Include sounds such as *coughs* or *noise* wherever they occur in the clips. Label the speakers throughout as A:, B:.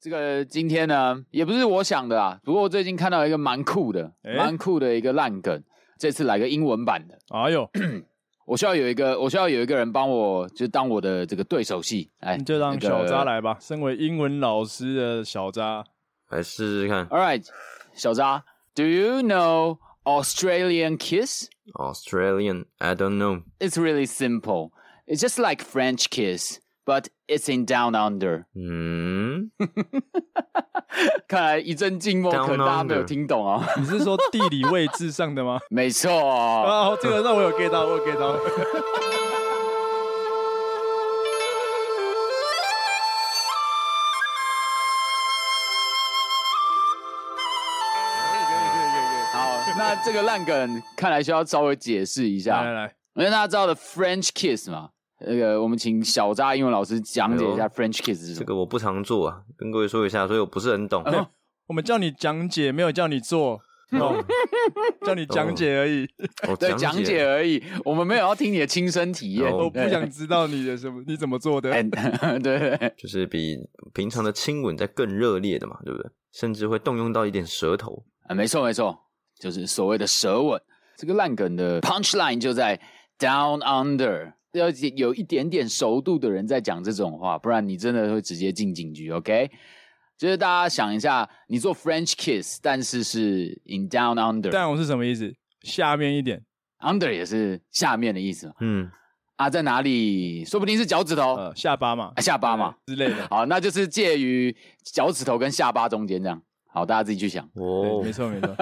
A: 这个今天呢，也不是我想的啊，不过我最近看到一个蛮酷的、
B: 诶
A: 蛮酷的一个烂梗，这次来个英文版的。*clears throat*
B: 哎呦，
A: 我需要有一个，我需要有一个人帮我，就当我的这个对手戏，来
B: 你就让
A: 那个
B: 小渣来吧。身为英文老师的
A: *laughs*
B: 小渣，
C: 来试试看
A: All right，小渣，Do you know Australian kiss?
C: Australian I don't know
A: It's really simple. It's just like French kiss, but it's in down
B: *laughs*
A: under.
C: 嗯
A: 看来一阵静默，
C: Down
A: 可能大家没有
C: under
A: 听懂哦。
B: 你是说地理位置上
A: *laughs*
B: 的吗？
A: 没
B: *laughs*
A: 错，
B: 啊，这个让我有 get 到，我
A: *laughs*
B: 有 get 到。
A: 好，那这个烂梗看来需要稍微解释一
B: 来来
A: 下，
B: 来，
A: 因为大家知道的 French kiss 嘛。那个，我们请小渣英文老师讲解一下
C: 哎呦
A: French kiss 是什
C: 这
A: 么。
C: 个我不常做啊，跟各位说一下，所以我不是很懂。
A: 哦
B: 我们叫你讲解，没有叫
A: *laughs*
B: 你做，哦，叫你讲解而已。
C: 我
A: 对，讲解而已，我们没有要听你的亲身体验。
C: 哦
B: 我不想知道你的什么，你怎么做的。
A: 哎， *laughs* 对对对，
C: 就是比平常的亲吻在更热烈的嘛，对不对？甚至会动用到一点舌头。
A: 啊，没错没错，就是所谓的舌吻。这个烂梗的 punch line 就在 down under，要有一点点熟度的人在讲这种话，不然你真的会直接进警局。OK，就是大家想一下，你做 French kiss，但是是 in down under，under
B: *laughs* 但我是什么意思？下面一点，
A: 也是下面的意思嘛
C: 嗯，
A: 啊，在哪里？说不定是脚趾头、
B: 呃，下巴嘛
A: 啊，下巴嘛。
B: 之类的。
A: 好，那就是介于脚趾头跟下巴中间这样。好，大家自己去想。
C: 哦
B: 对，没，错
A: *laughs*
B: 没错。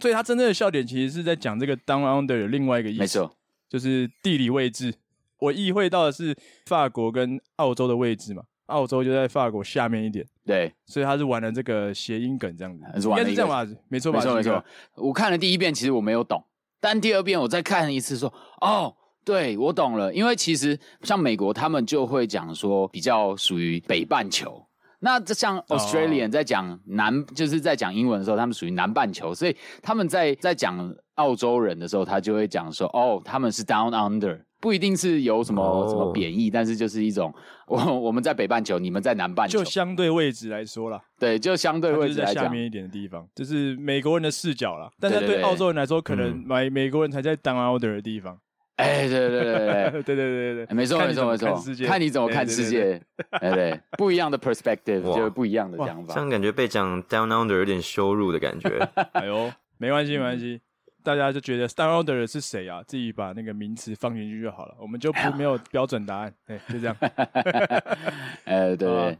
B: 所以它真正的笑点其实是在讲这个 down under 的另外一个意思，
A: 没错，
B: 就是地理位置。我意会到的是法国跟澳洲的位置嘛，澳洲就在法国下面一点，
A: 对。
B: 所以他是玩了这个谐音梗这样子，
A: 还是
B: 应
A: 玩
B: 该
A: 了
B: 是
A: 一
B: 这
A: 个
B: 样吧？没错吧？
A: 没错没
B: 金哥
A: 错，，我看了第一遍，其实我没有懂，但第二遍我再看一次说，哦，对我懂了，因为其实像美国他们就会讲说比较属于北半球。那这
B: 哦
A: 像 Australian 在讲南就是在讲英文的时候，他们属于南半球，所以他们在在讲澳洲人的时候，他就会讲说，哦，他们是 down under，不一定是有什么、
C: 哦
A: 什么贬义，但是就是一种我我们在北半球，你们在南半球
B: 就，相对位置来说啦，
A: 对，就相对
B: 它就
A: 位
B: 是
A: 置
B: 在
A: 来
B: 下
A: 讲，
B: 面一点的地方，就是美国人的视角啦。但是
A: 对对对
B: 对澳洲人来说，可能
C: 嗯
B: 美美国人才在 down under 的地方。 *laughs*
A: 哎，对对对对对
B: 对， *laughs* 对对对
A: 哎
B: 对，
A: 没错
B: 看
A: 没
B: 你怎
A: 错
B: 么
A: 没错
B: 看世，界
A: 看你怎么看世。
B: 对对对对
A: 界，哎
B: *laughs*
A: 对，不一样的 perspective
C: 哇
A: 就是不一样的想
C: 这
A: 法。
C: 样感觉被讲 down under 有点羞辱的感觉。
B: 哎呦，没关系没关系，大家就觉得 down under 的是谁啊？自己把那个名词放进去就好了，我们就
A: *laughs*
B: 不没有标准答案。哎，就这样。
A: 哎对
B: 好
A: 对
B: 啊，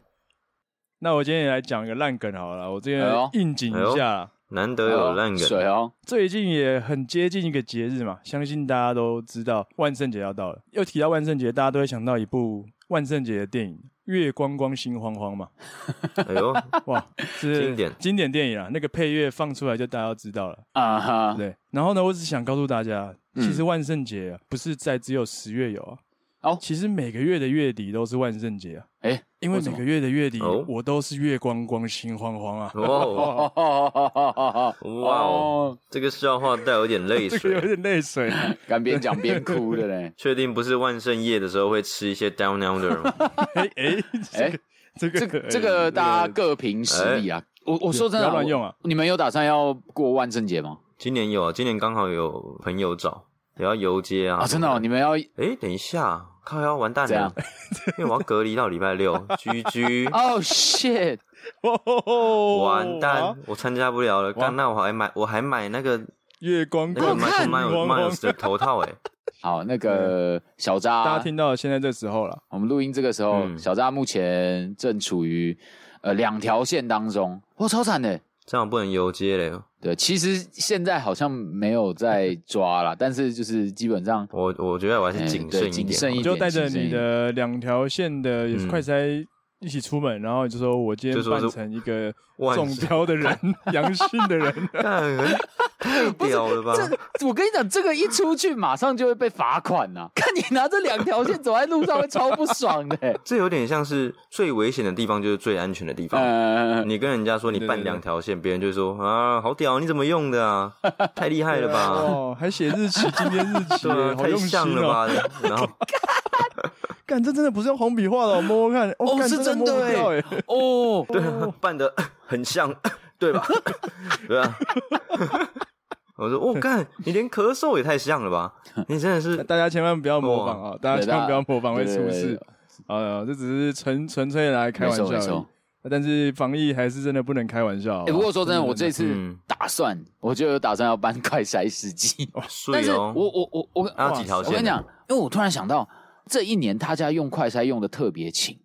B: 那我今天也来讲一个烂梗好了，我这
A: 哎
B: 个
A: 呦
B: 应景一下啦。
C: 难得有烂
A: 哎呦水
C: 梗，
A: 哦，
B: 最近也很接近一个节日嘛，相信大家都知道万圣节要到了。又提到万圣节，大家都会想到一部万圣节的电影《月光光心慌慌》嘛，
C: 哎呦，
B: 哇，
A: *laughs*
B: 是
C: 经典
B: 经典电影啊！那个配乐放出来就大家都知道了。
A: 啊哈，
B: 对，然后呢，我只想告诉大家，
A: 嗯
B: 其实万圣节啊不是在只有十月有啊，
A: 哦
B: 其实每个月的月底都是万圣节啊，
A: 哎，
B: 因为
A: 为什
B: 每
A: 么
B: 个月的月底
C: 哦
B: 我都是月光光心慌慌啊。
C: 哦，
A: 哦哦哦哦哦 *laughs* 哦，
C: 哇哦，这个笑话带有点泪
B: 这个 *laughs* 有
C: 水。，
B: 点泪水，啊
A: 敢边讲边哭的
B: *laughs*
A: 嘞
C: 确定不是万圣夜的时候会吃一些 down under 吗？
B: 哎哎
A: 哎，
B: 这个
A: 这
B: 个
A: 这个大家各凭实力啊。
C: 哎
A: 我我说真的
B: 不
A: 啊，
B: 要乱用啊
A: 我！你们有打算要过万圣节吗？
C: 今年有啊，今年刚好有朋友找，也要游街啊。
A: 啊，真的，哦，你
B: *laughs*
A: 们要
C: 哎，等一下，靠要完蛋
A: 怎样
C: 了， *laughs* 因为我要隔离到礼拜
A: *laughs*
C: 六，居居。
A: 哦 shit，
B: 哦
C: 完
B: 啊
C: 蛋，我参加不了了。
B: 哇
C: 干，那我还买，我还买那个
B: 月光
C: 那个
B: 光，
C: Michael
B: 心慌
C: Myers
B: 慌
C: Myers 的头套，哎，
A: 好，那个小
C: 啊
A: 渣，
B: 大家听到现在这时候了，
A: 我们录音这个时候，
C: 嗯
A: 小扎目前正处于呃两条线当中，哇，超惨的。
C: 这样我不能游街嘞。
A: 对，其实现在好像没有在抓啦，但是就是基本上
C: 我我觉得我还是
A: 哎
C: 谨
A: 对
C: 慎一
A: 谨
C: 点
A: 慎一
C: 好
A: 点
C: 了，
B: 就带着你
A: 谨慎一点
B: 的两条线的也是
C: 嗯
B: 快筛一起出门，然后你就说我今
C: 就
B: 天
C: 说是
B: 扮成一个
C: 万
B: 中
C: 圣
B: 标的
C: *laughs*
B: 人，阳性的人，
C: 干，太屌了吧！
A: 这个， *laughs* 我跟你讲，这个一出去马上就会被罚款呐、看你拿这两条线走在路上，会超不爽的、欸 *laughs*
C: 这有点像是最危险的地方就是最安全的地方。
A: 呃，
C: 你跟人家说你
B: 对对
C: 办
B: 对
C: 两条线，别人就说啊，好屌，你怎么用
A: *laughs*
C: 的啊？太厉害了吧？
B: 哦，还写日期，今天日期，
C: 对啊，
B: 好
C: 太
B: 用心
C: 像了
B: 哦。
C: 吧？然后
B: 干这真的不是用红笔画的，我摸摸看，
A: 哦
B: 哦，干
A: 是
B: 真的摸不
A: 真的
B: 掉
A: 欸
B: 哎，
A: 哦，
C: 对啊，扮的 *coughs* 很像，
A: *laughs*
C: 对吧？对啊。 *laughs* 我说，我、哦干，你连咳嗽也太像了
A: *laughs*
C: 吧？你真的是
B: 大家千万不要模仿啊！大家千万不要模仿，会
A: 对
B: 出
A: 对对
B: 事
A: 对。
B: 啊，这只是纯纯粹拿来开玩笑
A: 没错
B: 而
A: 没错
B: 已。但是防疫还是真的不能开玩笑。好啊
A: 哎、
B: 不好
A: 不过说真的，我这次
C: 嗯
A: 打算，我就有打算要搬快筛试剂，但
C: 睡
A: 是
C: 哦
A: 我。我我我，
C: 那要几条
A: 我
C: 线？
A: 跟你讲，，因为我突然想到，这一年大家用快筛用的特别勤，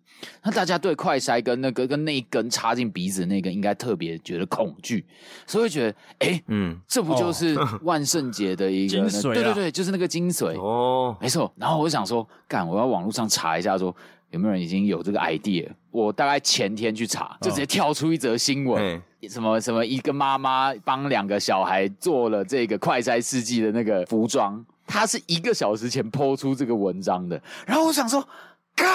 A: 那大家对快筛跟那个跟那一根插进鼻子那个，应该特别觉得恐惧，所以会觉得，哎、
C: 嗯，
A: 这不就是万圣节的一个那、
B: 精髓啊
A: 对对对，就是那个精髓，
C: 哦，
A: 没错。然后我就想说，干，我要网络上查一下说。有没有人已经有这个 idea？我大概前天去查，就直接跳出一则新闻，
C: 哎，
A: *laughs* 什么什么一个妈妈帮两个小孩做了这个快筛试剂的那个服装，她是一个小时前抛出这个文章的。然后我想说，干，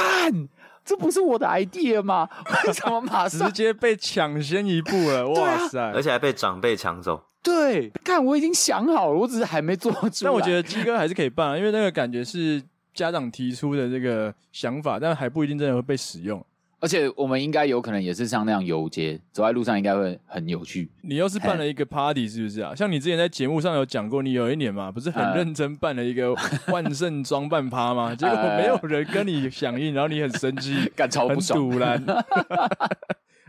A: 这不是我的 idea 吗？ *laughs* 为什么马
B: 直
A: 上
B: 接被抢先一步了，哇塞！
C: 哎而且还被长辈抢走。
A: 对？干，我已经想好了，我只是还没做出来。
B: 但我觉
A: 得
B: 得鸡哥还是可以办啊，因为那个感觉是家长提出的这个想法，但还不一定真的会被使用。
A: 而且我们应该有可能也是像那样游街，走在路上应该会很有趣。
B: 你要是办
A: 哎
B: 了一个 party，是不是啊？像你之前在节目上有讲过，你有一年嘛，不是很
A: 呃
B: 认真办了
A: *laughs*
B: 一个万圣装扮趴吗？结果
A: 呃
B: 没有人跟你响应，然后你很生
A: *laughs*
B: 气，
A: 干超
B: 很
A: 不爽
B: 堵
A: *laughs*
B: 然。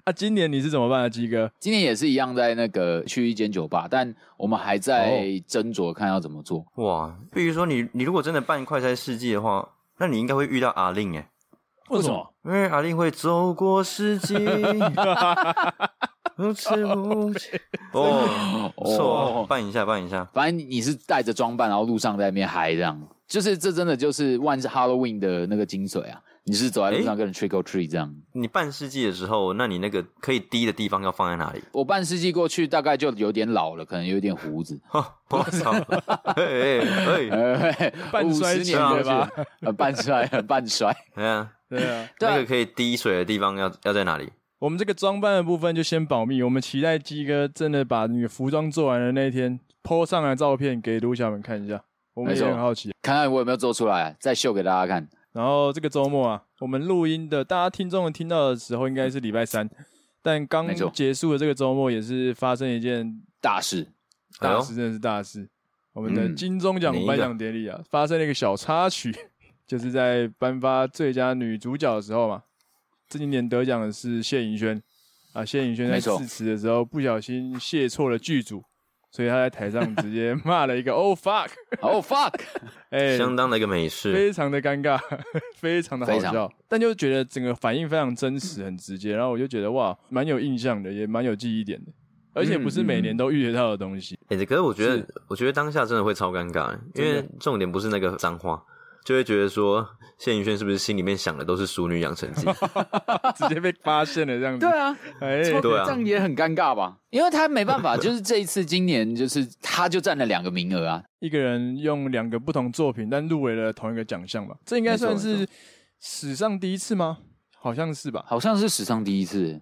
B: 啊，今年你是怎么办啊，鸡哥？
A: 今天也是一样，在那个去一间酒吧，但我们还在斟酌看要怎么做。
C: 哇，比如说你，你如果真的办快餐世纪的话，那你应该会遇到阿令哎，
B: 为
A: 为
B: 什
A: 什
B: 么
A: 么？
C: 因为阿令会走过
A: *laughs*
C: 世纪，如此无情。哦，不错，办一下，办一下。
A: 反正你是带着装扮，然后路上在那边嗨，这样，就是这真的就是万 Halloween 的那个精髓啊！你是走在路上跟人 trick or treat 这样。
C: 你办世纪的时候，那你那个可以低的地方要放在哪里？
A: 我半世纪过去，大概就有点老了，可能有点胡子，
C: 我操！哎哎
A: *laughs*
C: 哎，
A: 呃，
B: *laughs* 半衰
A: 50
B: 期
A: 年
B: 了吧
A: 过去？呃，半衰， *laughs* 半衰。
C: 哎呀，
B: 对啊，
A: 对啊
C: 那个可以滴水的地方要要在哪里？
B: 我们这个装扮的部分就先保密，我们期待鸡哥真的把你的服装做完的那一天，po 上来的照片给卢小们看一下，我们也
A: 没错
B: 很好奇。
A: 看看我有没有做出来，再秀给大家看。
B: 然后这个周末啊，我们录音的，大家听众听到的时候应该是礼拜三，但刚
A: 没错
B: 结束的这个周末也是发生一件
A: 大事，
C: 哎
B: 大
C: 呦
B: 事，真的是大事。我们的
A: 嗯
B: 金钟奖
C: 哪一个
B: 颁奖典礼啊，发生了一个小插曲，就是在颁发最佳女主角的时候嘛，这今年得奖的是谢颖轩啊，谢颖轩在
A: 没错
B: 致辞的时候不小心谢错了剧组，所以他在台上直接骂了一个 *laughs* “oh fuck”，
A: 哦、fuck，
B: 哎、
C: 相当的一个美式。
B: 非常的尴尬， *laughs* 非常的好
A: 非常
B: 笑，但就觉得整个反应非常真实，很直接，然后我就觉得哇，蛮有印象的，也蛮有记忆点的，而且不是
A: 嗯
B: 每年都遇得到的东西。 *laughs*
C: 哎、可是我觉得，我觉得当下真的会超尴尬，因为重点不是那个脏话，就会觉得说谢云轩是不是心里面想的都是《熟女养成
B: *laughs*
C: 记》？
B: 直接被发现了这样子。
A: *laughs* 对啊，
B: 哎，
C: 对啊
A: 这样也很尴尬吧？因为他没办法，就是这一次今年就是他就占了两个名额啊，
B: 一个人用两个不同作品，但入围了同一个奖项吧？这应该算
A: 没
B: 是史上第一次吗？好像是吧？
A: 好像是史上第一次，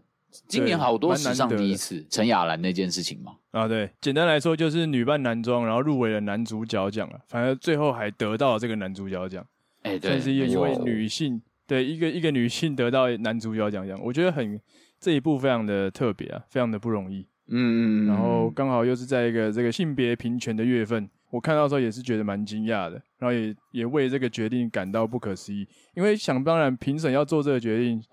A: 今年好多史上第一次，陈雅兰那件事情嘛，
B: 啊，对，简单来说就是女扮男装，然后入围了男主角奖了，反而最后还得到了这个男主角奖，
A: 哎、对，
B: 算是一
A: 没错
B: 位女性，对，一个一个女性得到男主角奖这样，我觉得很这一步非常的特别啊，非常的不容易。
A: 嗯嗯，嗯
B: 然后刚好又是在一个这个性别平权的月份，我看到的时候也是觉得蛮惊讶的，然后也也为这个决定感到不可思议，因为想当然评审要做这个决定，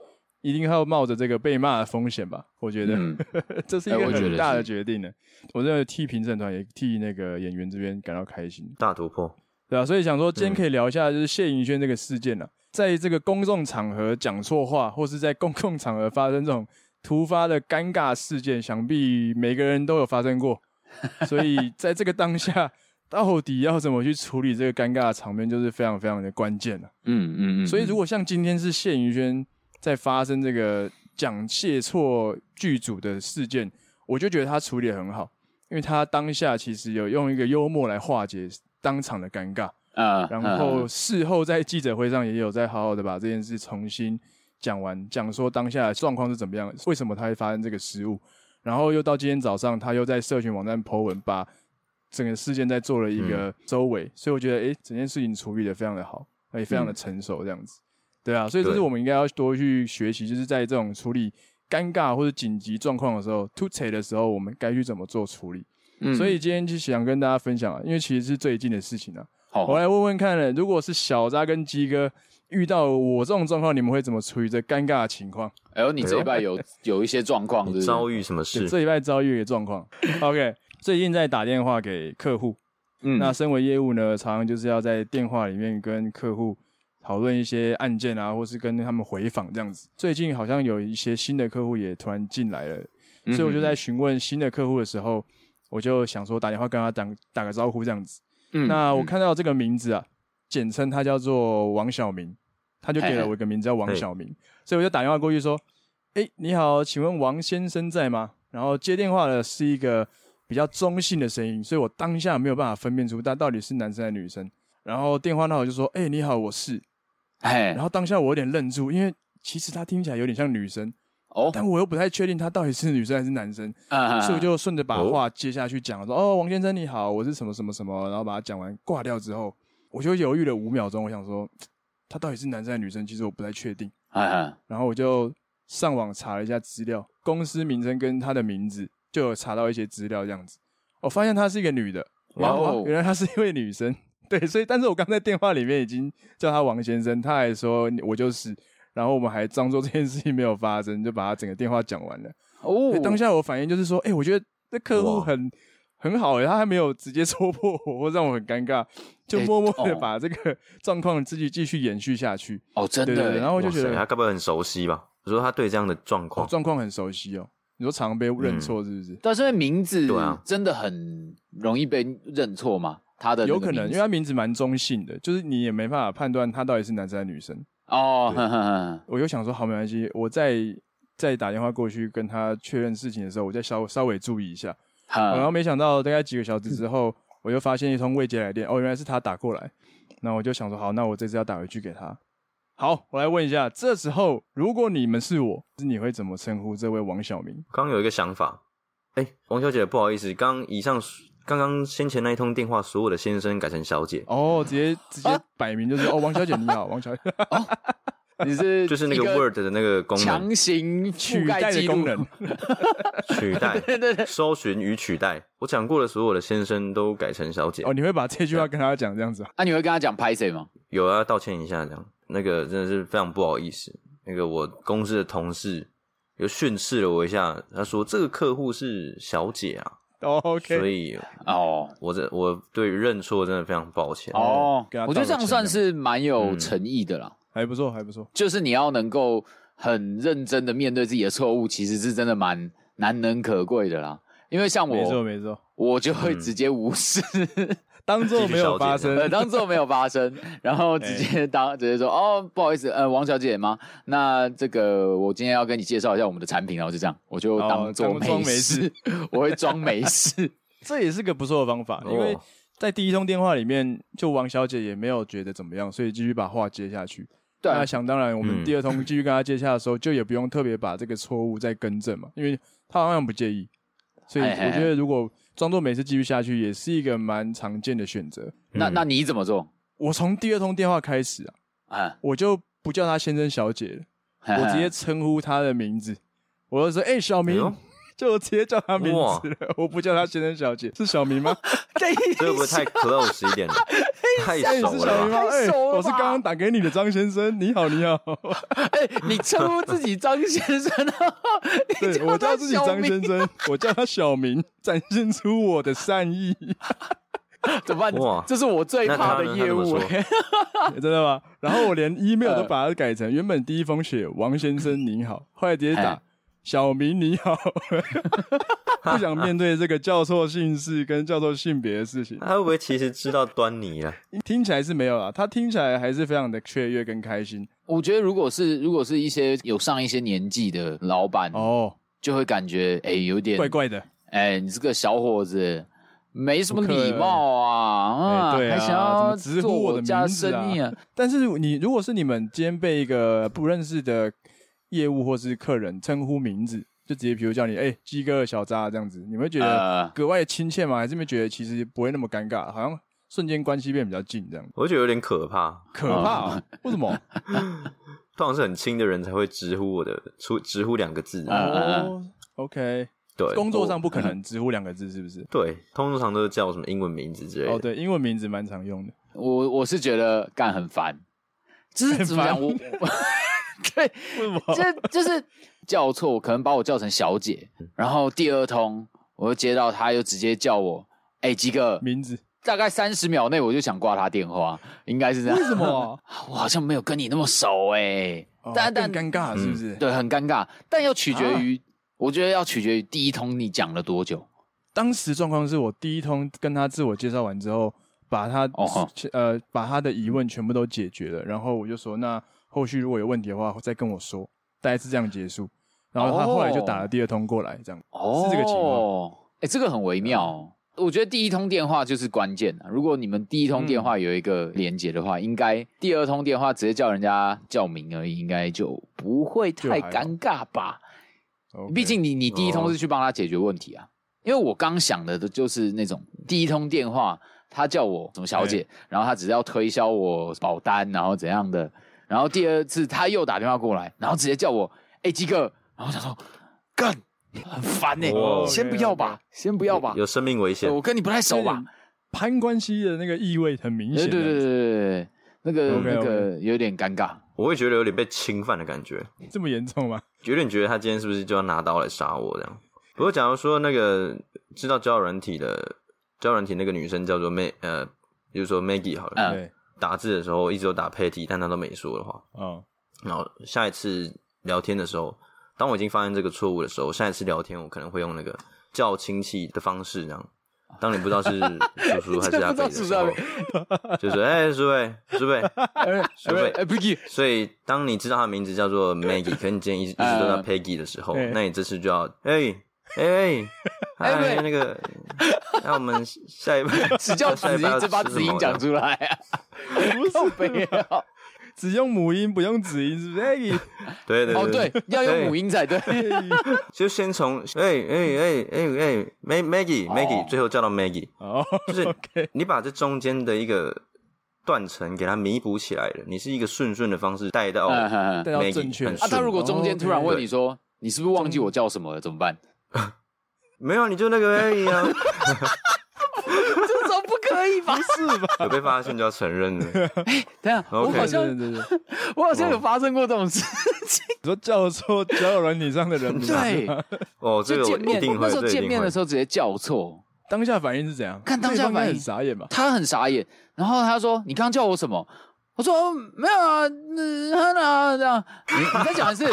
B: 一定要冒着这个被骂的风险吧？我觉得、
A: 嗯
B: *laughs* 这是一
A: 哎
B: 个
A: 我觉得
B: 很大的
A: 是
B: 决定呢、我真的替评审团也替那个演员这边感到开心，
C: 大突破，
B: 对啊，所以想说今天可以聊一下就是谢盈萱这个事件啊，在这个公众场合讲错话，或是在公共场合发生这种突发的尴尬事件，想必每个人都有发生过。所以在这个当下，到底要怎么去处理这个尴尬的场面，就是非常非常的关键了、
A: 嗯嗯嗯，
B: 所以如
A: 果
B: 果像今天是谢盈萱在发生这个讲谢错剧组的事件，我就觉得他处理的很好，因为他当下其实有用一个幽默来化解当场的尴尬。
A: *laughs* 呃
B: 然后事后在记者会上也有再好好的把这件事重新讲完，讲说当下的状况是怎么样，为什么他会发生这个失误，然后又到今天早上他又在社群网站 po 文，把整个事件再做了一个收尾，所以我觉得诶，整件事情处理的非常的好，也非常的成熟这样子。对啊，所以这是
C: 对
B: 我们应该要多去学习，就是在这种处理尴尬或者紧急状况的时候突 u 的时候，我们该去怎么做处理。
A: 嗯
B: 所以今天就想跟大家分享啊，因为其实是最近的事情啊，
A: 好
B: *laughs* 我来问问看呢，如果是小扎跟鸡哥遇到我这种状况，你们会怎么处理这尴尬的情况？
A: 哎呦，你这一拜有有一些状况，是不
C: 你
A: 是？
C: 遭遇什么
B: 对
C: 事？
B: 这礼拜遭遇的
A: *laughs*
B: 状况。OK，最近在打电话给客户，
A: 嗯
B: 那身为业务呢，常常就是要在电话里面跟客户讨论一些案件啊，或是跟他们回访这样子。最近好像有一些新的客户也突然进来了，
A: 嗯
B: 所以我就在询问新的客户的时候，我就想说打电话跟他打打个招呼这样子。
A: 嗯
B: 那我看到这个名字啊，简称他叫做王小明，他就给了我一个名字叫王小明，所以我就打电话过去说：“哎、你好，请问王先生在吗？”然后接电话的是一个比较中性的声音，所以我当下没有办法分辨出他到底是男生还是女生。然后电话那头就说：“哎、你好，我是。”
A: 哎
B: 然后当下我有点愣住，因为其实他听起来有点像女生，
A: 哦，
B: 但我又不太确定他到底是女 *laughs* 生还是男生。
A: 啊
B: 所以我就顺着把
C: 哦
B: 话接下去讲，说：“哦，王先生你好，我是什么什么什么。”然后把它讲完挂掉之后，我就犹豫了五秒钟，我想说他到底是男生还是女生，其实我不太确定。
A: 哎哎
B: 然后我就上网查了一下资料，公司名称跟他的名字就有查到一些资料，这样子，我发现她是一个女的，
A: 哇哦
B: 原来她是一位女生， *laughs* 对，所以但是我刚在电话里面已经叫她王先生，她还说我就是，然后我们还装作这件事情没有发生，就把她整个电话讲完了。
A: 哦
B: 对，当下我反应就是说，哎、我觉得这客户
C: 哇
B: 很很好、欸，他还没有直接戳破我，或让我很尴尬，就默默
A: 欸
B: 的
A: 哦
B: 把这个状况自己继续延续下去。
A: 哦，真
B: 对对对，然
A: 的，
B: 后我
C: 哇
B: 就觉
C: 塞，他
B: 得
C: 该不会很熟悉吧？我说他对这样的状
B: 哦
C: 况，
B: 状况很熟悉哦，你说常被认
C: 嗯
B: 错是不是？
A: 但是因为名字
C: 对啊
A: 真的很容易被认错嘛，他的那个
B: 有可能，
A: 名
B: 因
A: 字
B: 为他名字蛮中性的，就是你也没办法判断他到底是男生还是女生。
A: 哦，
C: 对
A: 哼哼哼，
B: 我就想说，好，没关系，我再再打电话过去跟他确认事情的时候，我再稍稍微注意一下。
A: *laughs*
B: 然
A: 好
B: 后没想到大概几个小时之后，我又发现一通未接来电，哦，原来是他打过来。那我就想说，好，那我这次要打回去给他。好，我来问一下，这时候如果你们是我，你会怎么称呼这位王小明？
C: 刚有一个想法，哎、王小姐，不好意思，刚以上刚刚先前那一通电话，所有的先生改成小姐，
B: 哦，直接直
A: *laughs*
B: 接摆明就是、哦，王小姐你好，王小姐
A: *laughs* 你
B: 哦
A: 是
C: *laughs* 就是那
A: 一
C: 个 Word 的那个功
B: *laughs*
C: 能
A: 强行
B: 取
A: 覆盖
B: 代
A: 记
B: 的
A: 录
B: 功能，
C: 取代
A: *laughs* 对对
B: *laughs*
A: 对，
C: 搜寻与取代。我讲过的所有的先生都改成小姐
B: 哦，，你会把这句话跟他讲这样子啊？
A: 那你会跟他讲拍谁吗？
C: 有啊，道歉一下，这样那个真的是非常不好意思。那个我公司的同事又训斥了我一下，他说这个客户是小姐啊，
B: 哦，OK，
C: 所以
A: 哦
C: 我这我对于认错真的非常抱歉。
A: 哦
B: 跟他，
A: 我觉得这
B: 道
A: 样
B: 个歉
A: 算是蛮有
C: 嗯
A: 诚意的啦，
B: 还不错，还不错。
A: 就是你要能够很认真的面对自己的错误，其实是真的蛮难能可贵的啦。因为像
B: 没错
A: 我，
B: 没错，
A: 我就会直接无视，
B: 当做没有发
A: 呃，*laughs*
B: 生。
A: 当做没有发
B: *laughs*
A: 生，然后直接当、直接说
B: 哎
A: 哦，不好意思，呃，王小姐吗？那这个我今天要跟你介绍一下我们的产品，然后就这样，我就
B: 哦
A: 当做
B: 当装没
A: 事， *laughs* 我会装没
B: *laughs*
A: 事。
B: 这也是个不错的方法，因为
C: 哦
B: 在第一通电话里面，就王小姐也没有觉得怎么样，所以继续把话接下去。
A: 对啊
B: 那想当然，我们
C: 嗯
B: 第二通继续跟她接洽的时候，就也不用特别把这个错误再更正嘛，因为她好像不介意。所以
A: 哎哎哎
B: 我觉得，如果装作没事继续下去，也是一个蛮常见的选择。
A: 那
C: 嗯
A: 那你怎么做？
B: 我从第二通电话开始啊，
A: 啊，
B: 我就不叫她先生小姐
A: 哎 *laughs*
B: 了，我直接称呼她的名字，我就说：“哎、小
C: 哎
B: 明。
C: 呦，
B: *laughs* 就我直接叫她名
C: 哇
B: 字了，我不叫她先生小姐，是小明吗？
C: 这
B: *laughs*
C: 会不会太 close 一点了？太
B: 哎，
C: 熟
B: 你是小
C: 了
B: 姨
C: 吧？
B: 吗？哎、
A: 太熟了吧
B: 我是刚刚打给你的张先生，你好，你好。
A: 哎、你称呼自己张先生，然 *laughs* 后你
B: 对，我叫自己
A: 他小啊
B: 张
A: 名
B: 先生，我叫他小明， *laughs* 展现出我的
A: *laughs*
B: 善意，
A: 怎么
C: 哇
A: 办？这是我最
C: 那
A: 怕
C: 他
A: 的
C: 呢
A: 业务、
C: 他怎么
A: 哎
B: 真的吗？然后我连 email
A: 嗯
B: 都把它改成，原本第一封写王先
A: *laughs*
B: 生您好，后来直接打
A: 哎
B: 小明你
A: *laughs*
B: 好，不想面对这个叫错姓氏跟叫错性别的事情。
C: 他会不会其实知道端倪了？
B: 听起来是没有啦，他听起来还是非常的雀跃跟开心
A: *laughs* 我觉得如果是如果是一些有上一些年纪的老板，
B: 哦，
A: 就会感觉哎、有点
B: 怪怪的。
A: 哎、你这个小伙子没什么
B: 不可
A: 礼貌啊，
B: 哎对啊
A: 还想
B: 怎
A: 要
B: 么直呼
A: 做
B: 我的
A: 我家
B: 名字啊
A: 生意啊？
B: 但是你如果是你们今天被一个不认识的业务或是客人称呼名字，就直接比如叫你哎鸡、哥小渣这样子，你们会觉得
A: 呃
B: 格外亲切吗？还是没觉得其实不会那么尴尬，好像瞬间关系变比较近这样？
C: 我觉得有点可怕。
B: 可怕、啊为什么？
C: 通常是很亲的人才会直呼我的出直呼两个字，
A: 嗯嗯
B: 哦，OK，
C: 呃对，
B: 工作上不可能直呼两个字，是不是？
C: 对，通常都是叫什么英文名字之类的。
B: 哦，对，英文名字蛮常用的。
A: 我我是觉得干很烦，就是怎么讲，我
B: *laughs*
A: 我对，
B: 为什么？
A: 这就是叫错，我可能把我叫成小姐，然后第二通我又接到他，又直接叫我，哎、鸡哥，
B: 名字？
A: 大概三十秒内我就想挂他电话，应该是这样。
B: 为什？么？
A: *laughs* 我好像没有跟你那么熟哎、
B: *laughs* 哦
A: 但但
B: 更尴尬是不是？
A: 对，很尴尬，但要取
B: 啊
A: 决于，我觉得要取决于第一通你讲了多久。
B: 当时状况是我第一通跟他自我介绍完之后，把他、
A: 哦哈
B: 呃把他的疑问全部都解决了，然后我就说，那后续如果有问题的话再跟我说，大概是这样结束。然后他后来就打了第二通过来，这样
A: 哦，
B: 是这个情况。
A: 哎、这个很微妙、哦。我觉得第一通电话就是关键啊。如果你们第一通电话有一个连接的话，应该第二通电话直接叫人家叫名而已，应该就不会太尴尬吧？
B: OK
A: 毕竟你你
C: 哦
A: 第一通是去帮他解决问题啊。因为我刚想的就是那种第一通电话，他叫我什么小姐，
C: 哎
A: 然后他只是要推销我保单，然后怎样的，然后第二次他又打电话过来，然后直接叫我哎鸡哥，然后我想说干很烦呢、
C: 哦
A: 先不要吧，先不
C: 不
A: 要吧，
C: 有生命危险
A: 我。跟你不太熟吧？
B: 攀关系的那个意味很明
A: 对
B: 显。
A: 对对对
B: 这样
A: 对，那个
B: OK，OK
A: 那个有点尴尬。
C: 我会觉得有点被侵犯的感觉，
B: 子，这么严重吗？
C: 有点觉得他今天是不是就要拿刀来杀我这样。不过，假如说那个知道交友软体的交友软体那个女生叫做 Mag 呃，比如说 Maggie 好了，
A: 嗯
B: 对，
C: 打字的时候一直都打 Patty，但她都没说的话，
B: 哦，
C: 然后下一次聊天的时候，当我已经发现这个错误的时候，下一次聊天我可能会用那个叫亲戚的方式，这样。当你不知道是叔叔还是
A: *laughs*
C: 阿伯的时候
A: 真的不，
C: 就是哎，叔伯，叔伯，
A: 哎
C: 是不是
A: 哎不是，
C: 所以，当你知道他的名字叫做 Maggie，可你今天
A: *laughs*
C: 一直一
A: 嗯
C: 直都叫 Peggy 的时候，
B: 嗯
C: 那你这次就要哎哎
A: *laughs* 哎
C: 哎，
A: 喂
C: 那个，那我们下一步
A: *laughs* 只叫子
C: *laughs* 下一步要
A: 音，只把
C: 吃
A: 子
C: 什
A: 音
C: 么
A: 讲出来啊，
C: *laughs*
A: 不是
B: 只用母音不用子音，是不是？哎
C: 对对
A: 哦，对，要用母音才对。
C: 就先从哎哎哎哎哎 Mag Maggie
A: 哦
C: Maggie，最后叫到 Maggie，
A: *laughs*
B: 哦，
C: 就是你把这中间的一个断层给它弥补起来了，你是一个顺顺的方式带到
A: 嗯嗯嗯
B: 带到
C: Maggie，
B: 正确哦
C: 很
A: 啊，
C: 顺
A: 他如果中间突然问你
C: 对
A: 说，你是不是忘记我叫什么了？怎么办？
C: 没有你就那个 Maggie 啊， *laughs*
A: 这种不可以吧？
B: 是吧？
C: 有被发现就要承认了，
A: *laughs* 等一下，我
C: OK 哦
A: 好
B: 对
A: 像
B: 对对，
A: *laughs*
B: 对
A: 我好像有发生过这种事
C: *laughs*
A: 情。
B: 你说教 *laughs* 授交友软体上的人，不是吗
A: 对，
C: 哦，这
A: *laughs* 就
C: 个我
A: 见
C: 一
A: 面
C: 定会，
A: 那时候
C: 这一定
A: 见面
C: 会
A: 的时候直接叫错，
B: 当下反应是怎样？
A: 看当下
B: 对方应该
A: 反应
B: 很傻眼吧？
A: 他很傻眼，然后他说：“你刚叫我什么？”我说：“哦，没有啊，嗯，啊，这样。”你你再讲一次，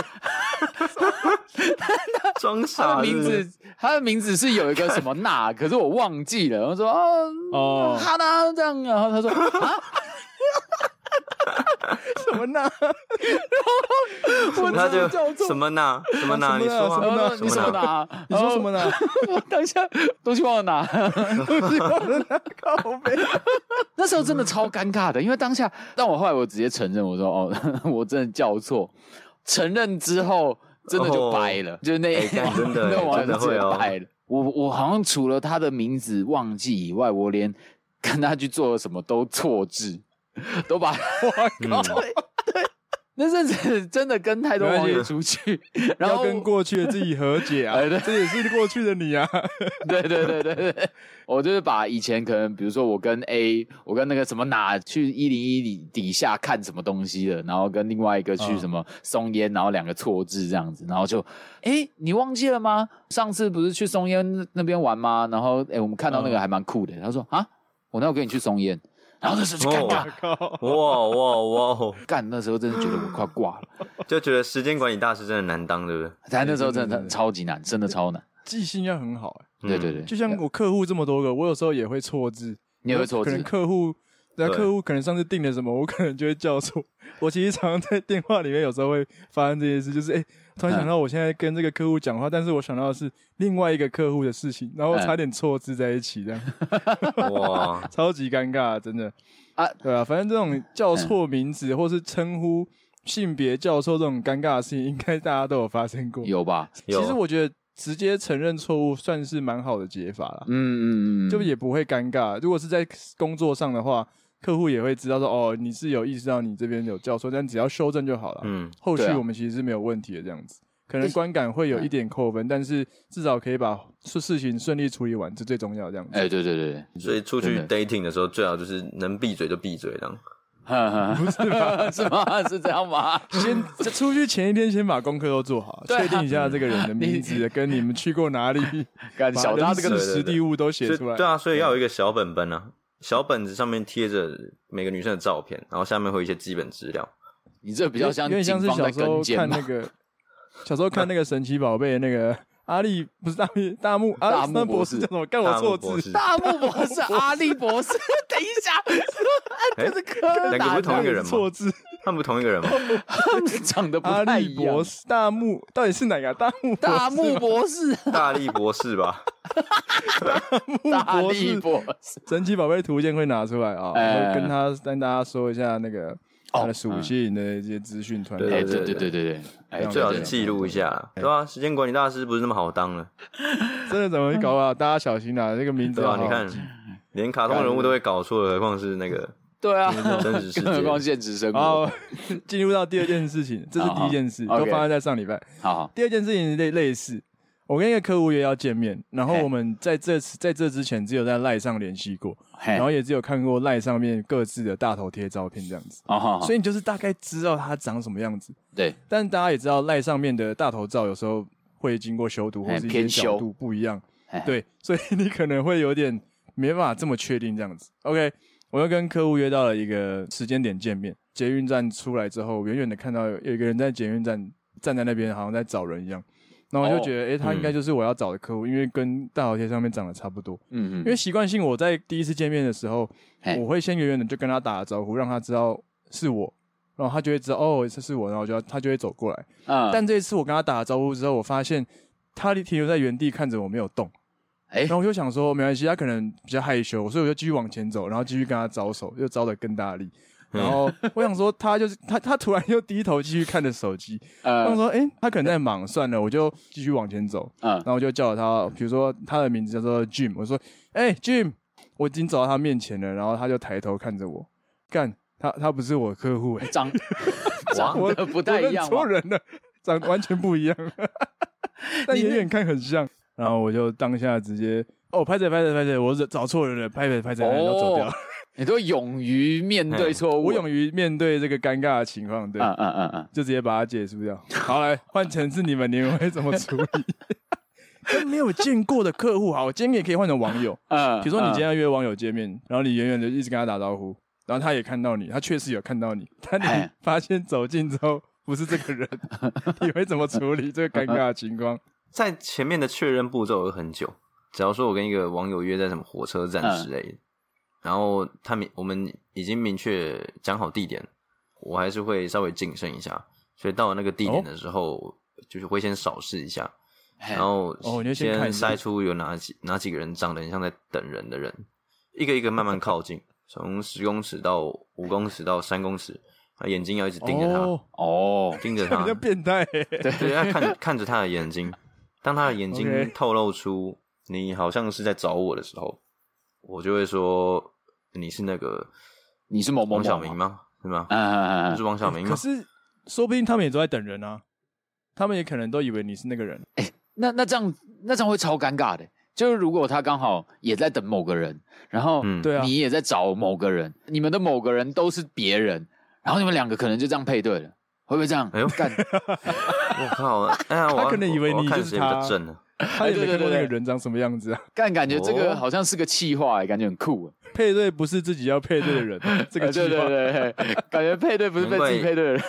C: 装
A: 他
C: 傻
A: 的
C: 是 *laughs*
A: 名
C: 不是
A: 字，他的名字是有一个什么 *laughs* 那，可是我忘记了。我说：“哦，
B: 哦
A: 哦，哈娜这样。”然后他说：“啊，
B: 什么呢？
A: 我
C: 他
A: 真的
C: 就
A: 叫错。”
C: 什么呢？什么
B: 什么呢
C: 呢？你说
B: 什么
A: 然
B: 呢
C: 啊
A: 后哦说你什么拿？
B: 你说什么呢？
A: *laughs* 我当下东西忘了拿， *laughs* 东西忘了拿，靠背。那时候真的超尴尬的，因为当下，但我后来我直接承认，我说哦， *laughs* 我真的叫错。承认之后，真的就掰了，就是那、
C: 哎
A: *laughs*
C: 干真的
A: 那网
C: 真的
A: 友直
C: 会
A: 接
C: 哦
A: 掰了。我我好像除了他的名字忘记以外，我连跟他去做了什么都错字，都把 *laughs*
C: 嗯，
A: 那阵子真的跟太多网
B: 没
A: 友
B: 关
A: 出去，然
B: 要
A: 后
B: 跟过去的自己和解啊
A: 哎对！
B: 这也是过去
A: *laughs*
B: 的你啊！
A: 对对对对对，我就是把以前可能，比如说我跟 A，我跟那个什么哪去一零一底底下看什么东西的，然后跟另外一个去
B: 嗯
A: 什么松烟，然后两个错字这样子，然后就，哎，你忘记了吗？上次不是去松烟那那边玩吗？然后，哎，我们看到那个还蛮酷的，他说啊，我那我跟你去松烟，然后那时候就尴
B: 哦
A: 尬，
B: 靠，
C: 哇哇哇！
A: 干，那时候真的觉得我快挂
B: *laughs*
A: 了，
C: 就觉得时间管理大师真的难当，对不对？
A: 但那时候真
B: 对对对
A: 的
B: 对
A: 超级难，真的超难，
B: 记性要很好、欸，
C: 嗯
A: 对对对，
B: 就像我客户这么多个，我有时候也会错字，
A: 你也会错
B: 可能
A: 字，
B: 客户。那
C: 对
B: 客户可能上次订了什么，我可能就会叫错。 *laughs* 我其实常常在电话里面有时候会发生这件事，就是哎、欸突
A: 嗯
B: 然想到我现在跟这个客户讲话，但是我想到的是另外一个客户的事情，然后
A: 嗯
B: 差点错字在一起，这样
C: 哇，
B: 超级尴尬，真的
A: 啊
B: 对啊，反正这种叫错名字或是称呼性别叫错这种尴尬的事情，应该大家都有发生过。
A: 有吧？
C: 有
B: 其实我觉得直接承认错误算是蛮好的解法啦，
A: 嗯嗯嗯，
B: 就也不会尴尬。如果是在工作上的话，客户也会知道说，哦，你是有意识到你这边有叫错，但只要修正就好了。
C: 嗯，
B: 后续
A: 对啊
B: 我们其实是没有问题的，这样子。可能观感会有一点扣分，但是至少可以把事事情顺利处理完，这最重要。这样子，
A: 哎、对对对对，
C: 所以出去
A: 真
C: dating 的时候，最好就是能闭嘴就闭嘴，这样。
A: 不是吧？ *laughs* 是吗？是这样吗？
B: 先 *laughs* 在出去前一天先把功课都做好，
A: *laughs* 对啊
B: 确定一下这个人的名字，跟你们去过哪里，
A: 干
B: 把
A: *laughs* 小
B: 人
A: 搭这
B: 事
A: 个
C: 对对
B: 实地物都写
C: 所以
B: 出来。
C: 对啊，所以要有一个小本本啊，小本子上面贴着每个女生的照片，然后下面会有一些基本资料。
A: 你这比较像
B: 有点
A: 警
B: 像是
A: 方
B: 小
A: 在
B: 时
A: 跟
B: 候看
A: 监
B: 那
A: 嘛？
B: 个，小时候看那个神奇宝贝
A: *laughs*
B: 那个阿力不是大力大木阿
A: 大
B: 森
A: 木
B: 博
A: 博
B: 士
A: 士
B: 叫什么？干我
C: 大
B: 错
C: 木博
B: 字，
C: 士，
A: 大木博士、 *laughs* 阿力博士，等一下，*laughs*
C: 哎
A: 这是柯
C: 两个不
A: 达
C: 是同一
A: 的，
C: 个人吗
B: 错字，
C: 他们不同一
A: *laughs*
C: 个人吗？
A: 他们长得不
B: 阿
A: 太
B: 力
A: 一样
B: 博。士大木到底是哪个啊大木博士
A: 大木博士，
C: 大力博士吧？
A: 大
B: 博士
A: 力博士，
B: 神奇宝贝图鉴会拿出来啊，
A: 哎
B: 然后跟他跟大家说一下那个
A: 哦
B: 它的属性的一些资讯团
A: 哎，
B: 队。
C: 对
A: 对对对对对，哎，
B: 对
C: 最好
A: 对
C: 是
A: 对
C: 记录
A: *laughs*
C: 一下，
A: 哎
C: 对啊，时间管理大师不是那么好当了，
B: 真的怎么会搞啊？大家小心啊！嗯这个名字
C: 对吧、
B: 要好
C: 你
B: 好
C: 看，连卡通人物都会搞错了，何况是那个
A: 对啊，
C: 真实
A: *laughs*
C: 世
A: 更何况
C: 界？
A: 现实生活，
B: 好，哦 *laughs* 进入到第二件事
A: *laughs*
B: 情，这是第一件事，
A: 好好
B: 都
A: OK
B: 发生在上礼拜。
A: 好好，
B: 第二件事情类类似，我跟一个客户约要见面，然后
A: 嘿
B: 我们在这次在这之前只有在赖上联系过，
A: 嘿
B: 然，后也只有看过赖上面各自的大头贴照片这样子，
A: 哦好，好
B: 所以你就是大概知道他长什么样子。
A: 对，
B: 但大家也知道赖上面的大头照有时候会经过修图或
A: 哎
B: 是一些
A: 偏
B: 角
A: 修
B: 度不一样，
A: 哎，
B: 对，所以 *laughs* 你可能会有点没办法这么确定这样子。OK，我又跟客户约到了一个时间点见面，捷运站出来之后，远远的看到有有一个人在捷运站站在那边，好像在找人一样。然后我就
A: 哦
B: 觉得，诶，他应该就是我要找的客户，因为跟大头贴上面长得差不多。
A: 嗯
B: 因为习惯性我在第一次见面的时候，
A: 嘿
B: 我会先远远的就跟他打个招呼，让他知道是我，然后他就会知道哦这是我，然后就要他就会走过来。
A: 嗯，
B: 但这一次我跟他打了招呼之后，我发现他停留在原地看着我没有动，
A: 哎
B: 然后我就想说没关系，他可能比较害羞，所以我就继续往前走，然后继续跟他招手，又招的更大力。
A: 嗯
B: 然后我想说，他就是他，他突然又低头继续看着手机。我想
A: 呃
B: 说，诶，他可能在忙，算了，我就继续往前走。
A: 嗯
B: 然，后我就叫了他，比如说他的名字叫做 Jim，我说：“哎、j i m 我已经走到他面前了。”然后他就抬头看着我，干，他他不是我客户、哎，
A: 长
B: *laughs* 我
A: 长得不太一样嘛
B: 我认错，人了，长得完全不一样， *laughs* 但
A: 你那
B: 远远看很像。然后我就当下直接哦，拍着拍着拍着，我找错人了，拍着拍着，然后
A: 哦
B: 走掉了。 *laughs*
A: 你都勇于面对错误，
B: 我勇于面对这个尴尬的情况，对，
A: 嗯嗯嗯嗯，
B: 就直接把它结束掉。好，来换成是你们，你们会怎么处理？ *laughs* 跟没有见过的客户，好，我今天也可以换成网友。
A: 嗯，
B: 比如说你今天要约网友见面，然后你远远的一直跟他打招呼，然后他也看到你，他确实有看到你，但你
A: 哎
B: 发现走近之后不是这
A: *laughs*
B: 个人，你会怎么处理这个尴尬的情况？
C: 在前面的确认步骤有很久。假如说我跟一个网友约在什么火车站
B: 嗯
C: 之类的，然后他明我们已经明确讲好地点，我还是会稍微谨慎一下。所以到了那个地
B: 哦
C: 点的时候，就是会先扫视一下，
A: 嗯，
C: 然后
B: 哦你就先看一下
C: 筛出有哪几哪几个人长得很像在等人的人，一个一个慢慢靠近，从十公尺到五公尺到三公尺，啊眼睛要一直盯着他，
B: 哦，
A: 哦，
C: 盯着
B: 你
C: 他
B: 这，变态、欸，
C: 对，要看看着他的眼睛，当他的眼
B: OK
C: 睛透露出你好像是在找我的时候，我就会说你是那个
A: 你是某某
C: 王
A: 某
C: 小明？吗？是吗？
A: 嗯嗯嗯
C: 你是
A: 嗯，
C: 王小明
B: 可
C: 吗？
B: 是说不定他们也都在等人啊，他们也可能都以为你是那个
A: 嗯
B: 人。
A: 那那这样那这样会超尴尬的。就是如果他刚好也在等某个人，然后
C: 嗯
B: 对啊
A: 你也在找某个人，你们的某个人都是别人，然后你们两个可能就这样配对了，会不会这样？
C: 哎呦
A: 干
C: 我靠！
B: *laughs*
C: 哎呀，我
B: 可能以为
C: 我
B: 你
C: 看
B: 就是
C: 谁比较
B: 他
C: 正呢？
B: 他也没
A: 哎对
B: 看
A: 对
B: 过
A: 对
B: 那个
A: 对
B: 人长什么样子啊？
A: 干，感觉这个
C: 哦
A: 好像是个气话、欸，感觉很酷、欸。
B: 配对不是自己要配对的人，啊
A: *laughs*
B: 这个
A: 呃
B: 计划
A: 对对对，对感觉配对不是被
C: 难怪
A: 自己配对
B: *laughs*
A: 的人，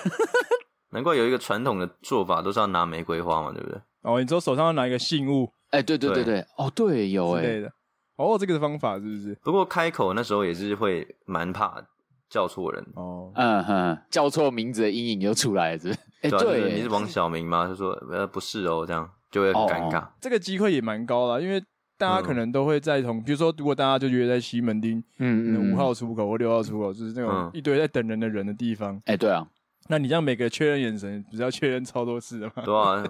C: 难怪有一个传统的做法都是要拿玫瑰花嘛，对不对？
B: 哦，你说手上要拿一个信物
A: 哎、对对对
C: 对
A: 对，哦对，有
B: 之
A: 哎、
B: 类的，哦，这个方法是不是？
C: 不过开口那时候也是会蛮怕叫错人，
B: 哦，
A: 嗯哼，叫错名字的阴影又出来了，是不是？哎、
C: 对啊，就是
A: 对、
C: 你是
A: 欸，
C: 王小明吗？他说呃不是哦，这样就会很
A: 哦
C: 尴尬。
B: 这个机会也蛮高了，因为大
C: 嗯
B: 家可能都会在同，比如说，如果大家就约在西门町
A: 嗯
B: 五、号出口或六号出口，就是那种
C: 嗯
B: 一堆在等人的人的地方，
A: 哎、对啊，
B: 那你这样每个确认眼神，不是要确认超多次的吗？
C: 对啊，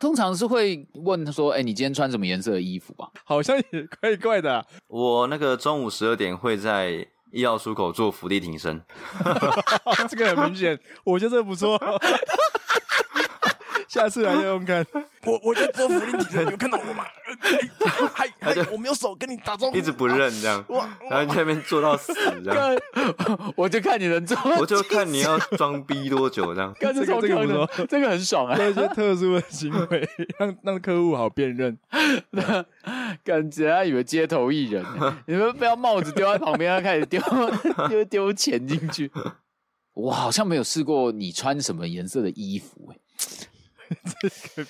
A: 通常是会问他说，哎、你今天穿什么颜色的衣服吧？
B: 好像也怪怪的啊、
C: 我那个中午十二点会在医药出口做伏地挺身，
B: 哦这个很明显，我觉得这个不错。哦 *laughs* 下次来用用看。
D: 我我就做福利体的，你有看到 *laughs* 我吗？还还哎我没有手跟你打招呼，
C: 一直不认这样，然后你在那边做到死这样，
A: *laughs* 我就看你能做，
C: 我就看你要装逼多
B: *laughs*
C: 久这样。
A: 看这
B: 这
A: 超
B: 个这
A: 坑
B: 个不
A: 的，这个很爽
B: *laughs*
A: 啊，
B: 做一些特殊的行为，让 *laughs* 让客户好辨认。
A: 感觉他以为街头艺人呢，你们不要帽子丢在旁边，他开始丢 *laughs* 丢丢钱进去。我好像没有试过你穿什么颜色的衣服、欸，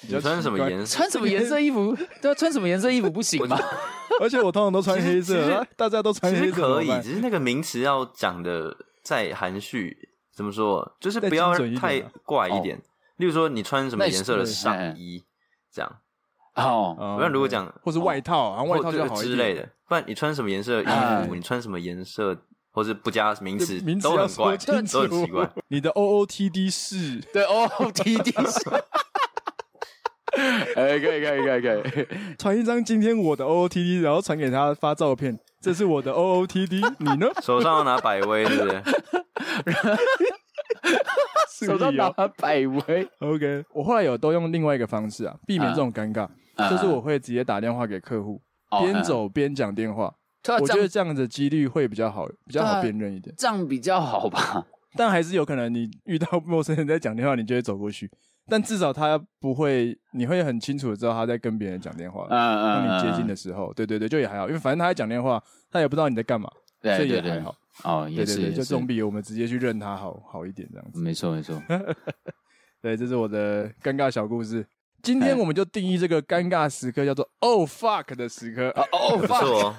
B: 比较
C: 你穿什么
B: 奇怪？
C: 颜色？
A: 穿什么颜色衣服？对啊，穿什么颜色衣服不行吗？
B: *laughs* 而且我通常都穿黑
C: 其实
B: 色，大家都穿
C: 其
B: 黑
C: 实
B: 色怎么
C: 可以，
B: 办
C: 只是那个名词要讲的再含蓄，怎么说？就是
B: 再
C: 不要
B: 精准一
C: 太
B: 点啊
C: 怪一
A: 哦
C: 点。例如说，你穿什么
A: 那
C: 颜色的
A: 是哎
C: 上衣，这样。
A: 哦，
B: 哦
C: 不然如果讲哦
B: 或是外套，然后外
C: 或
B: 套
C: 这
B: 就
C: 个
B: 好一
C: 之
B: 点
C: 类。的。不然你穿什么颜色的衣
A: 哎
C: 服，你穿什么颜色，或是不加名词
B: 这，名词
C: 都
B: 要
C: 很怪，
B: 说
C: *laughs* 都
B: 清楚
C: 很奇怪。。
B: 你的 OOTD 是
A: 对
B: *laughs*
A: 哦，T D 是， *laughs* 哎，可以可以可以可以，
B: 传一张今天我的 OOTD，然后传给他发照片，这是我的
C: *laughs*
B: OOTD，你呢？
C: 手上要拿百威，是不是？
B: *laughs* 是
A: 手
B: 不
A: 上
B: 是
A: 拿
B: 有
A: 百威，
B: OK，我后来有都用另外一个方式啊，避免这种尴尬，
C: 嗯
A: 啊
B: 就是我会直接打电话给客户，
A: 哦
B: 边
A: 嗯
B: 走边讲电话。
A: 对啊
B: 我
A: 这
B: 觉
A: 样
B: 得这样的几率会比较好，比较
A: 对
B: 好
A: 啊
B: 辨认一点。
A: 这样比较好吧？
B: 但还是有可能你遇到陌生人在讲电话，你就会走过去。但至少他不会，你会很清楚的知道他在跟别人讲电话。
A: *laughs* 嗯嗯
B: 当你接近
A: 的，
B: 的时候，对对对，就也还好，因为反正他在讲电话，他也不知道你在干嘛，
A: 对
B: 所以
A: 对
B: 也
A: 对
B: 还，好。
A: 哦，也
B: 对对
A: 是
B: 对，
A: 也，
B: 就是总比我们直接去认他好好一点这样子。
A: 没错没
B: *laughs*
A: 错，
B: 对，这是我的尴尬小故事。今天我们就定义这个尴尬时刻叫做 “oh fuck” 的时刻啊
A: 哦哦
C: 不
A: ，fuck，
C: 错哦，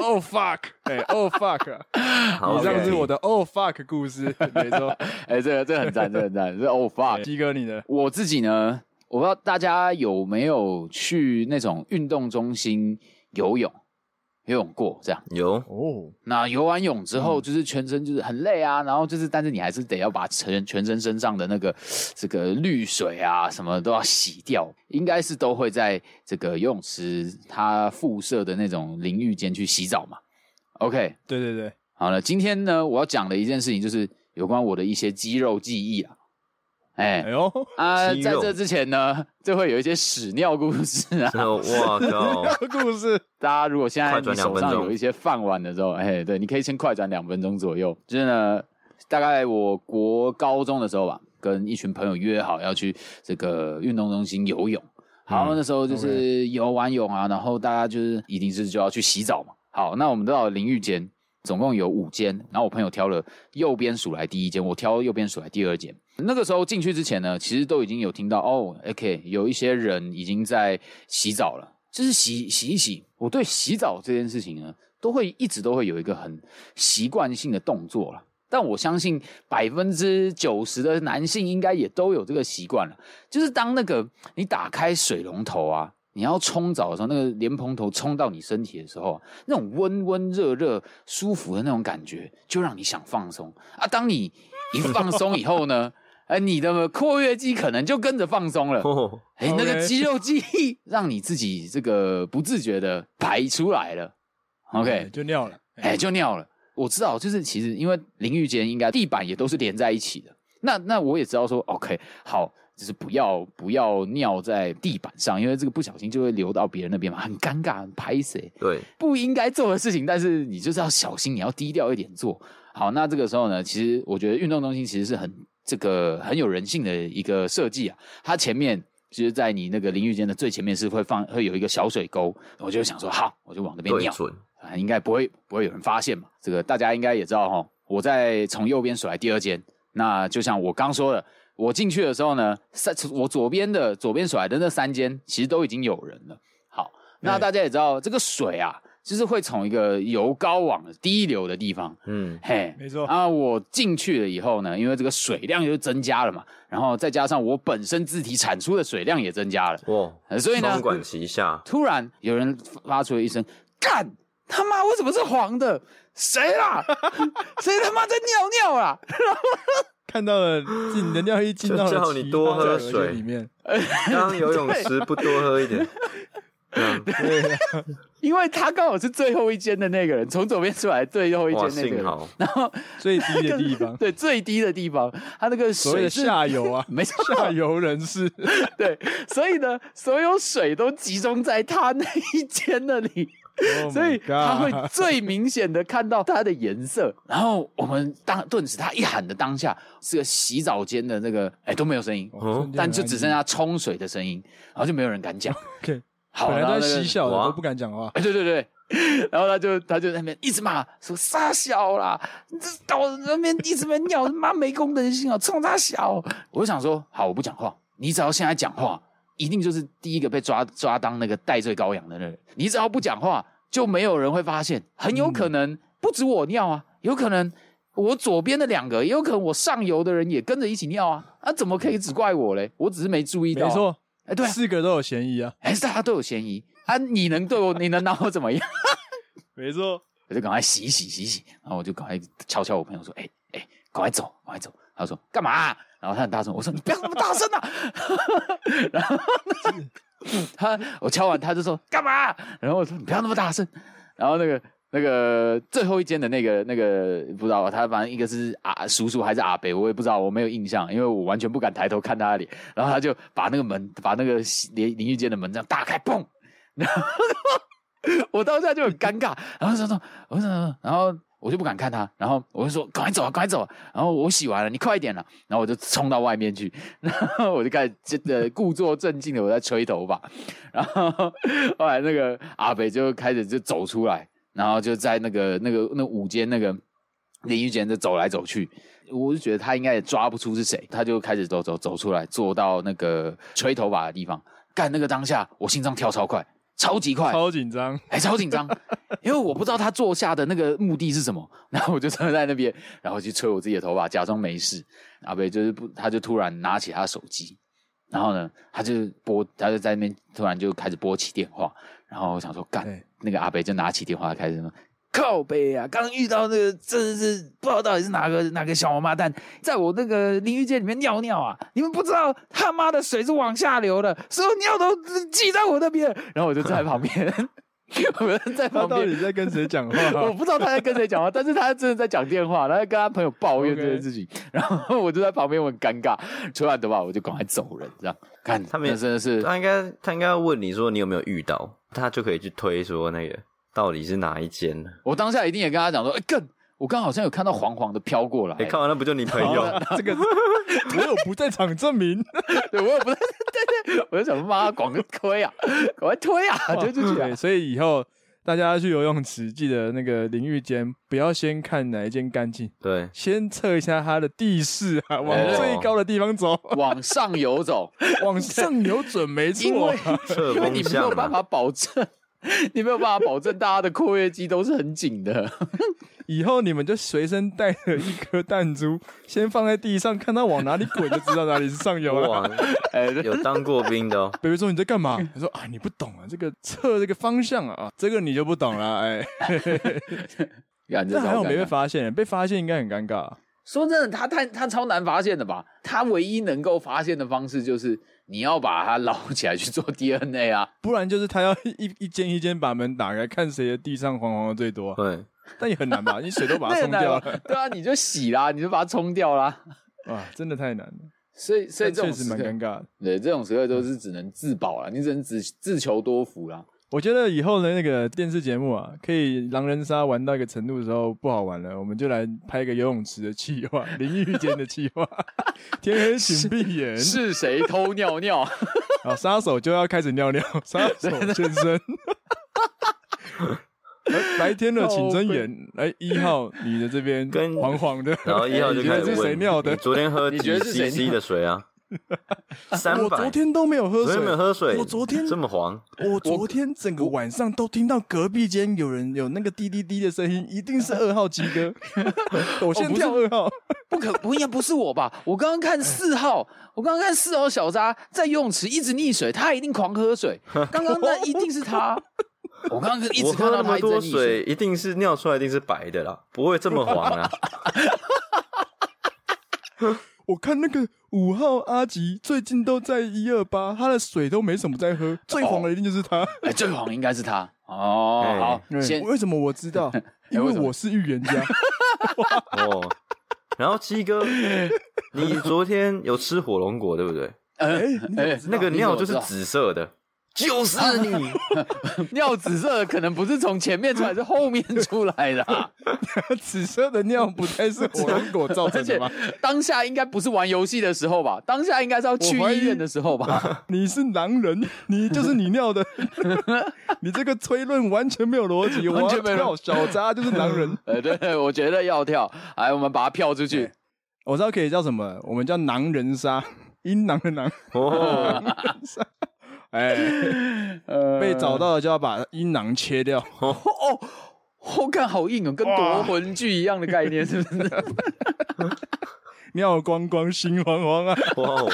B: ，“oh fuck”，哎，“oh *laughs* fuck”，
C: 好，
B: 以上是
C: OK
B: 我的 “oh fuck” 故事，没错。
A: 哎，这个这个很赞，这个很赞，这哦 *laughs* fuck，
B: 鸡哥，你的
A: 我自己呢，我不知道大家有没有去那种运动中心游泳，游泳过这样。
C: 有
B: 哦，
A: 那游完泳之
C: 嗯
A: 后，就是全身就是很累啊，然后就是，但是你还是得要把全全身身上的那个这个滤水啊什么都要洗掉，应该是都会在这个游泳池它附设的那种淋浴间去洗澡嘛。OK，
B: 对对对，
A: 好了，今天呢，我要讲的一件事情就是有关我的一些肌肉记忆啊，哎、
B: 哎呦，
A: 啊，
C: 肌
A: 在
C: 肉
A: 这之前呢，就会有一些屎尿故事
C: *laughs*
A: 啊。
C: 真的，哦哇靠！
B: 故事
A: 大家如果现在
C: 快转
A: 你
C: 两
A: 手
C: 分
A: 上
C: 钟
A: 有一些饭碗的时候，哎，对，你可以先快转两分钟左右。就是呢，大概我国高中的时候吧，跟一群朋友约好要去这个运动中心游泳。好，
B: 嗯
A: 那时候就是游完泳啊，然后大家就是一定是就要去洗澡嘛。好，那我们到了淋浴间，总共有五间，然后我朋友挑了右边数来第一间，我挑右边数来第二间。那个时候进去之前呢，其实都已经有听到哦，OK，有一些人已经在洗澡了，就是洗洗一洗。我对洗澡这件事情呢，都会一直都会有一个很习惯性的动作了。但我相信百分之九十的男性应该也都有这个习惯了，就是当那个你打开水龙头啊，你要冲澡的时候，那个莲蓬头冲到你身体的时候啊，那种温温热热、舒服的那种感觉，就让你想放松啊。当你一放松以后呢， *laughs* 哎，你的括约肌可能就跟着放松了， *laughs*
C: 哦，
A: 哎，那个
B: OK
A: 肌肉记忆让你自己这个不自觉的排出来了。OK，
B: 就尿了。
A: 哎、就尿了。我知道，就是其实因为淋浴间应该地板也都是连在一起的，那那我也知道说，OK，好，就是不要不要尿在地板上，因为这个不小心就会流到别人那边嘛，很尴尬，很拍谁
C: 对，
A: 不应该做的事情，但是你就是要小心，你要低调一点做。好，那这个时候呢，其实我觉得运动中心其实是很这个很有人性的一个设计啊，它前面。就是在你那个淋浴间的最前面是会放会有一个小水沟，我就想说好，我就往那边
C: 对
A: 尿。
C: 准，
A: 啊，应该不会不会有人发现嘛。这个大家应该也知道哈。我在从右边数来第二间，那就像我刚说的，我进去的时候呢，三我左边的左边数来的那三间其实都已经有人了。好，那
B: 对
A: 大家也知道这个水啊，就是会从一个由高往低流的地方，
C: 嗯，
A: 嘿，
B: 没错
A: 啊，我进去了以后呢，因为这个水量就增加了嘛，然后再加上我本身自体产出的水量也增加了，
C: 哇，
A: 呃所以呢
C: 双，管齐下，
A: *laughs* 突然有人发出了一声“干他妈，为什么是黄的？谁啦？ *laughs* 谁他妈在尿啊尿啦
B: 看到了自己的尿液进到了
C: *laughs* 就叫你
B: 其他
C: 多喝
B: 的河流
C: 水
B: 里面，
C: 刚游泳池不多喝一点，嗯
A: 因为他刚好是最后一间的那个人，从左边出来最后一
C: 哇，
A: 间那个
C: 幸
A: 人，
C: 好
A: 然后，
B: 最低
C: *laughs*
B: 的地方
A: 对最低的地方，他那个
B: 所谓
A: 水
B: 的
A: 是，
B: 下游啊 *laughs*
A: 没错，
B: 下游人 *laughs* 士，Oh
A: 对， *laughs* 所以呢，所有水都集中在他那一间那里，
B: Oh my
A: 所以他会
B: God
A: 最明显的看到它的颜色。然后我们当顿时他一喊的当下，是个洗澡间的那个，哎都没有声
C: 嗯
A: 音，
B: 哦瞬间
A: 但
B: 很
A: 就
B: 安
A: 只
B: 静
A: 剩下冲水的声音，然后就没有人敢讲。
B: OK，
A: 好，
B: 本
A: 然后
B: 来
A: 那
B: 在
A: 个
B: 嬉笑的
C: 哇
B: 都不敢讲话，
A: 哎，对对对。然后他就他就在那边一直骂，说傻小啦，你这到那边一直在尿，妈没公德心啊，冲他小！我就想说，好，我不讲话，你只要现在讲话，一定就是第一个被抓抓当那个戴罪羔羊的那人。你只要不讲话，就没有人会发现，很有可
B: 嗯
A: 能不止我尿啊，有可能我左边的两个，也有可能我上游的人也跟着一起尿啊，啊，怎么可以只怪我嘞？我只是没注意到，
B: 没，错，
A: 哎，对啊，哎
B: 四个都有嫌疑啊，
A: 还是大家都有嫌疑啊，你能对我，你能拿我怎么样？
B: 没错，
A: 我就赶快洗一洗洗一洗，然后我就赶快敲敲我朋友说：“哎、哎，赶、快走，赶快走。”他说：“干嘛啊、然后他很大声，我说：“你不要那么大声啊！” *laughs* 然后呢，他我敲完他就说：“干嘛啊、然后我说：“你不要那么大声。”然后那个那个最后一间的那个那个不知道他反正一个是啊叔叔还是阿伯，我也不知道，我没有印象，因为我完全不敢抬头看他的脸。然后他就把那个门把那个洗淋淋浴间的门这样打开，砰！然后 *laughs* 我当下就很尴尬，然后说说，我说，然后我就不敢看他，然后我就说赶快走啊，赶快走啊、然后我洗完了，你快一点了、啊然后我就冲到外面去， *laughs* 然后我就开始真的故作镇静的我在吹头发， *laughs* 然后后来那个阿北就开始就走出来，然后就在那个那个那午间那个淋浴间就走来走去，我就觉得他应该也抓不出是谁，他就开始走走走出来，坐到那个吹头发的地方，干那个当下我心脏跳超快，超级快，
B: 超紧张，
A: 哎、超紧张，因为我不知道他坐下的那个目的是什么，然后我就站在那边，然后去吹我自己的头发，假装没事。阿北就是不，他就突然拿起他的手机，然后呢，他就拨，他就在那边突然就开始拨起电话，然后我想说干
B: 对，
A: 那个阿北就拿起电话开始说。靠北啊！刚遇到那个真的是不知道到底是哪个哪个小王八蛋，在我那个淋浴间里面尿尿啊！你们不知道他妈的水是往下流的，所有尿都挤在我那边。然后我就在旁边， *laughs* 我就在
B: 他
A: 旁
B: 到
A: 边？
B: 底在跟谁讲话 *laughs*
A: *laughs* 我不知道他在跟谁讲话，但是他真的在讲电话，他在跟他朋友抱怨
B: OK
A: 这件事情然后我就在旁边，我很尴尬，吹完头发我就赶快走人，这样看
C: 他们啊
A: 那真的是
C: 他应该他应该要问你说你有没有遇到，他就可以去推说那个到底是哪一间。
A: 我当下一定也跟他讲说，哎、更我刚好像有看到黄黄的飘过来，
C: 你看完哎那不就你朋友？
B: 这个 *laughs* 我有不在场证明，
A: 对我也不对 *laughs* 对对，我就想说妈，广个推啊，赶快推啊，就就觉
B: *laughs* 对，
A: 得
B: 所以以后大家去游泳池，记得那个淋浴间不要先看哪一间干净，
C: 对，
B: 先测一下它的地势啊，往
A: 哦
B: 最高的地
A: *laughs*
B: 方走，
A: 往上游走，
B: 往上游准没
A: 因
B: 错
A: 为
B: 啊。
C: 侧
A: 因为你
C: 风
A: 没有
C: 向
A: 办
C: 嘛。
A: 法保证。你没有办法保证大家的括约肌都是很紧的， *laughs*
B: 以后你们就随身带着一颗弹珠，先放在地上，看它往哪里滚，就知道哪里是上游了。
C: 哇，
A: 哎、
C: 有当过兵的哦，
B: 北北说你在
A: *laughs*
B: 干嘛？他说啊，你不懂啊，这个测这个方向啊，啊这个你就不懂了。 *laughs* 哎，
A: 感觉
B: 但还好
A: 办
B: 没被
A: 法。
B: 发现，被发现应该很尴尬啊。
A: 说真的，他太他超难发现的吧？他唯一能够发现的方式就是你要把它捞起来去做 DNA 啊。
B: 不然就是他要一 *laughs* 一间一间把门打开，看谁的地上黄黄的最多啊、
A: *laughs*
C: 对，
B: 但也很难吧？你水都把它
A: 那也
B: 冲
A: 难
B: 掉
A: 吧
B: 了，
A: 对啊，你就洗啦，你就把它冲掉啦。
B: 啊，真的太难了。
A: 所以，所以
B: 但
A: 这种
B: 确实
A: 时
B: 蛮
A: 刻
B: 尴，尬的。
A: 对这种时刻都是只能自保啦，你只能自自求多福啦。
B: 我觉得以后的那个电视节目啊，可以狼人杀玩到一个程度的时候不好玩了，我们就来拍一个游泳池的气划，淋浴间的气
C: *laughs*
B: 划，天黑请闭眼，
A: 是谁偷尿尿？ *laughs*
B: 啊，杀手就要开始尿尿，杀手现身。白白天的请睁眼，哎，一号你的这边
C: 跟
B: 黄黄的，
C: 然后一号
B: 哎你
C: 就
B: 觉
C: 开
B: 得
C: 始
B: 是
C: 问
B: 谁尿的
C: 你？昨天喝
A: 你
C: 几
A: 觉得是谁
C: CC
A: 尿
C: 的水啊？三
B: 我
C: 百。
B: 昨天都没有喝
C: 昨天没
B: 水，
C: 有喝水，
B: 我昨天
C: 这么黄，
B: 我昨天整个晚上都听到隔壁间有人有那个滴滴滴的声音，一定是二号鸡哥，
A: *laughs*
B: 我
A: 哦
B: 先跳二号，
A: 不可不应该不是我吧？我刚刚看四号，我刚刚看四号小扎在游泳池一直溺水，他一定狂喝
B: *laughs*
A: 水。刚刚那一定是他，我刚刚一直
C: 我
A: 看
C: 喝
A: 到
C: 那
A: 他
C: 么
A: 一直在
C: 多
A: 溺水。
C: 水，一定是尿出来，一定是白
A: *laughs*
C: 的啦，不会这么黄啊。
B: 我看那个，五号阿吉最近都在一二八，他的水都没什么在喝，
A: 哦
B: 最黄的一定就是他。
A: 哎，最黄应该是他哦。好，
B: 对
A: 先哎
B: 为什么哎我知道？因
A: 为
B: 为
A: 什么
B: 我是预
A: *laughs*
B: 言家。
C: 哦。然后鸡哥，你昨天有吃火龙果对不对？
A: 呃
B: 哎你
A: 哎
C: 那个尿就是
A: 你怎么知道
C: 紫色的，就是你。
A: 尿紫色的可能不是从前面出来，是后面出来的
B: *laughs*
A: 啊、
B: 紫色的尿不太是火龙果造
A: *laughs* 而
B: 成
A: 且
B: 的吗？
A: 当下应该不是玩游戏的时候吧？当下应该是要去
B: 我怀疑
A: 医院的时候
B: *laughs*
A: 吧？
B: 你是狼人，你就是你
A: *laughs*
B: 尿的，你这个推论完全没有逻辑。我
A: 完
B: 要
A: 全没有
B: 跳小渣就是狼人，
A: 呃，对，对我觉得要跳，哎，我们把它票出去。
B: 我知道可以叫什么，我们叫狼人杀， *laughs* 阴狼的狼。
C: 哦，
A: *laughs*
B: 哎，
A: 呃，
B: 被找到了就要把阴囊切掉。 *laughs*
A: 后看好硬哦，跟夺魂锯一样的概念，是不
B: *laughs*
A: 是？ *laughs*
B: 尿光光，心慌慌啊！
C: 哇
A: *laughs*
C: 哦，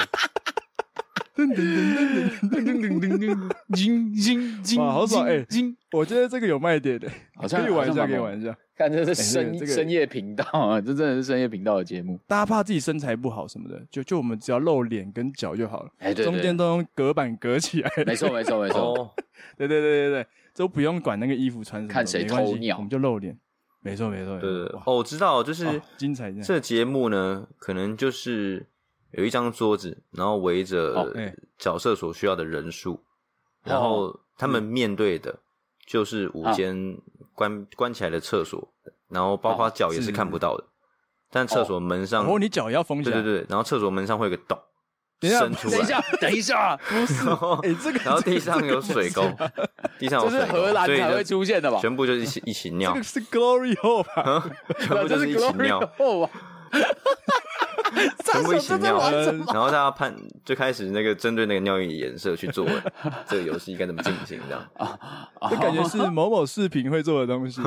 A: 金金金，
B: 哇好爽哎
A: 金，
B: 我觉得这个有卖点的，
A: *laughs* 好像
B: 可以玩一
A: 好像
B: 下，
A: 蛮
B: 可以玩一下。
A: 看这是
B: 哎这
A: 深
B: 个
A: 深夜频道啊，这真的是深夜频道的节目。
B: 大家怕自己身材不好什么的，就就我们只要露脸跟脚就好了，
A: 哎，对
B: 中
A: 对
B: 间，都用隔板隔起来。
A: 没错没错没错。
C: 哦，
B: *laughs* 对对对对对，都不用管那个衣服穿什么，
A: 看谁
B: 没关系
A: 偷尿
B: 我们就露脸。没错没错，没
C: 对对
B: 错
C: 对
B: 哇
C: 哦，我知道，就是
B: 哦精彩精彩。
C: 这节目呢，可能就是有一张桌子，然后围
A: 哦
C: 着
B: 哎
C: 角色所需要的人数，然后他们面对的就是五间关关起来的厕所，然后包括
A: 哦
C: 脚也
B: 是
C: 是看不到的，但厕所门上，
B: 哦，你脚要封起
C: 对
B: 来。
C: 对对，然后厕所门上会有个洞
B: 等一下
C: 伸出来，
A: 等一下，等一下，
B: *laughs* 不是，
C: 然后
B: 哎，
C: *laughs*
B: 这个
C: 然后地上有水沟，地上有
A: 这
C: 水
A: 是
C: 沟，
A: 荷兰
C: 所以
A: 才
C: 就
A: 会出现的吧？
C: 全部就是一起一起
B: 这 *laughs*
C: 尿
B: 个，是 Glory Hole 吧？
C: 全部就是一起尿，
A: 后啊，
C: 全部一起尿
A: 玩，
B: 什么
C: 然后大家判最开始那个针对那个尿液颜色去做这个游戏该怎么进行这样。
B: *laughs* 这感觉是
C: 哦
B: 某某视频会做的东
C: *laughs*
B: 西，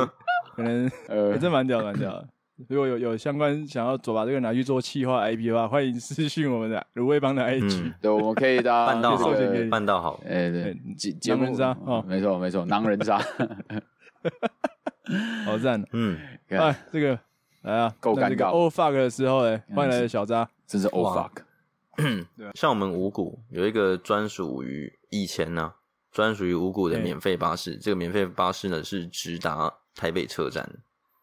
B: 可能
A: 呃
B: 欸、这蛮屌的蛮屌的。如果有有相关想要走把这个拿去做企划 IP 的话，欢迎私信我们的卤味帮的 IG。
C: 嗯，
A: 对，我们可以当
C: *laughs* 办到
A: 这
C: 好
A: 个
B: 授权给，你
C: 办到好。
A: 哎对
B: 哎，
A: 节节
B: 狼
A: 目
B: 人杀哦
A: 没错没错，狼人
C: *laughs*
A: 杀，
B: 好赞哦！
C: 嗯，
A: 对
B: 哎，这个来啊，
A: 够
B: 那这个
A: 尴尬
B: Oh fuck 的时候，哎，
C: 嗯
B: 换来了小渣，
A: 真是 oh
C: 哇
A: fuck，
C: 像我们五谷有一个专属于以前呢、专属于五谷的
B: 哎
C: 免费巴士，这个免费巴士呢是直达台北车站的，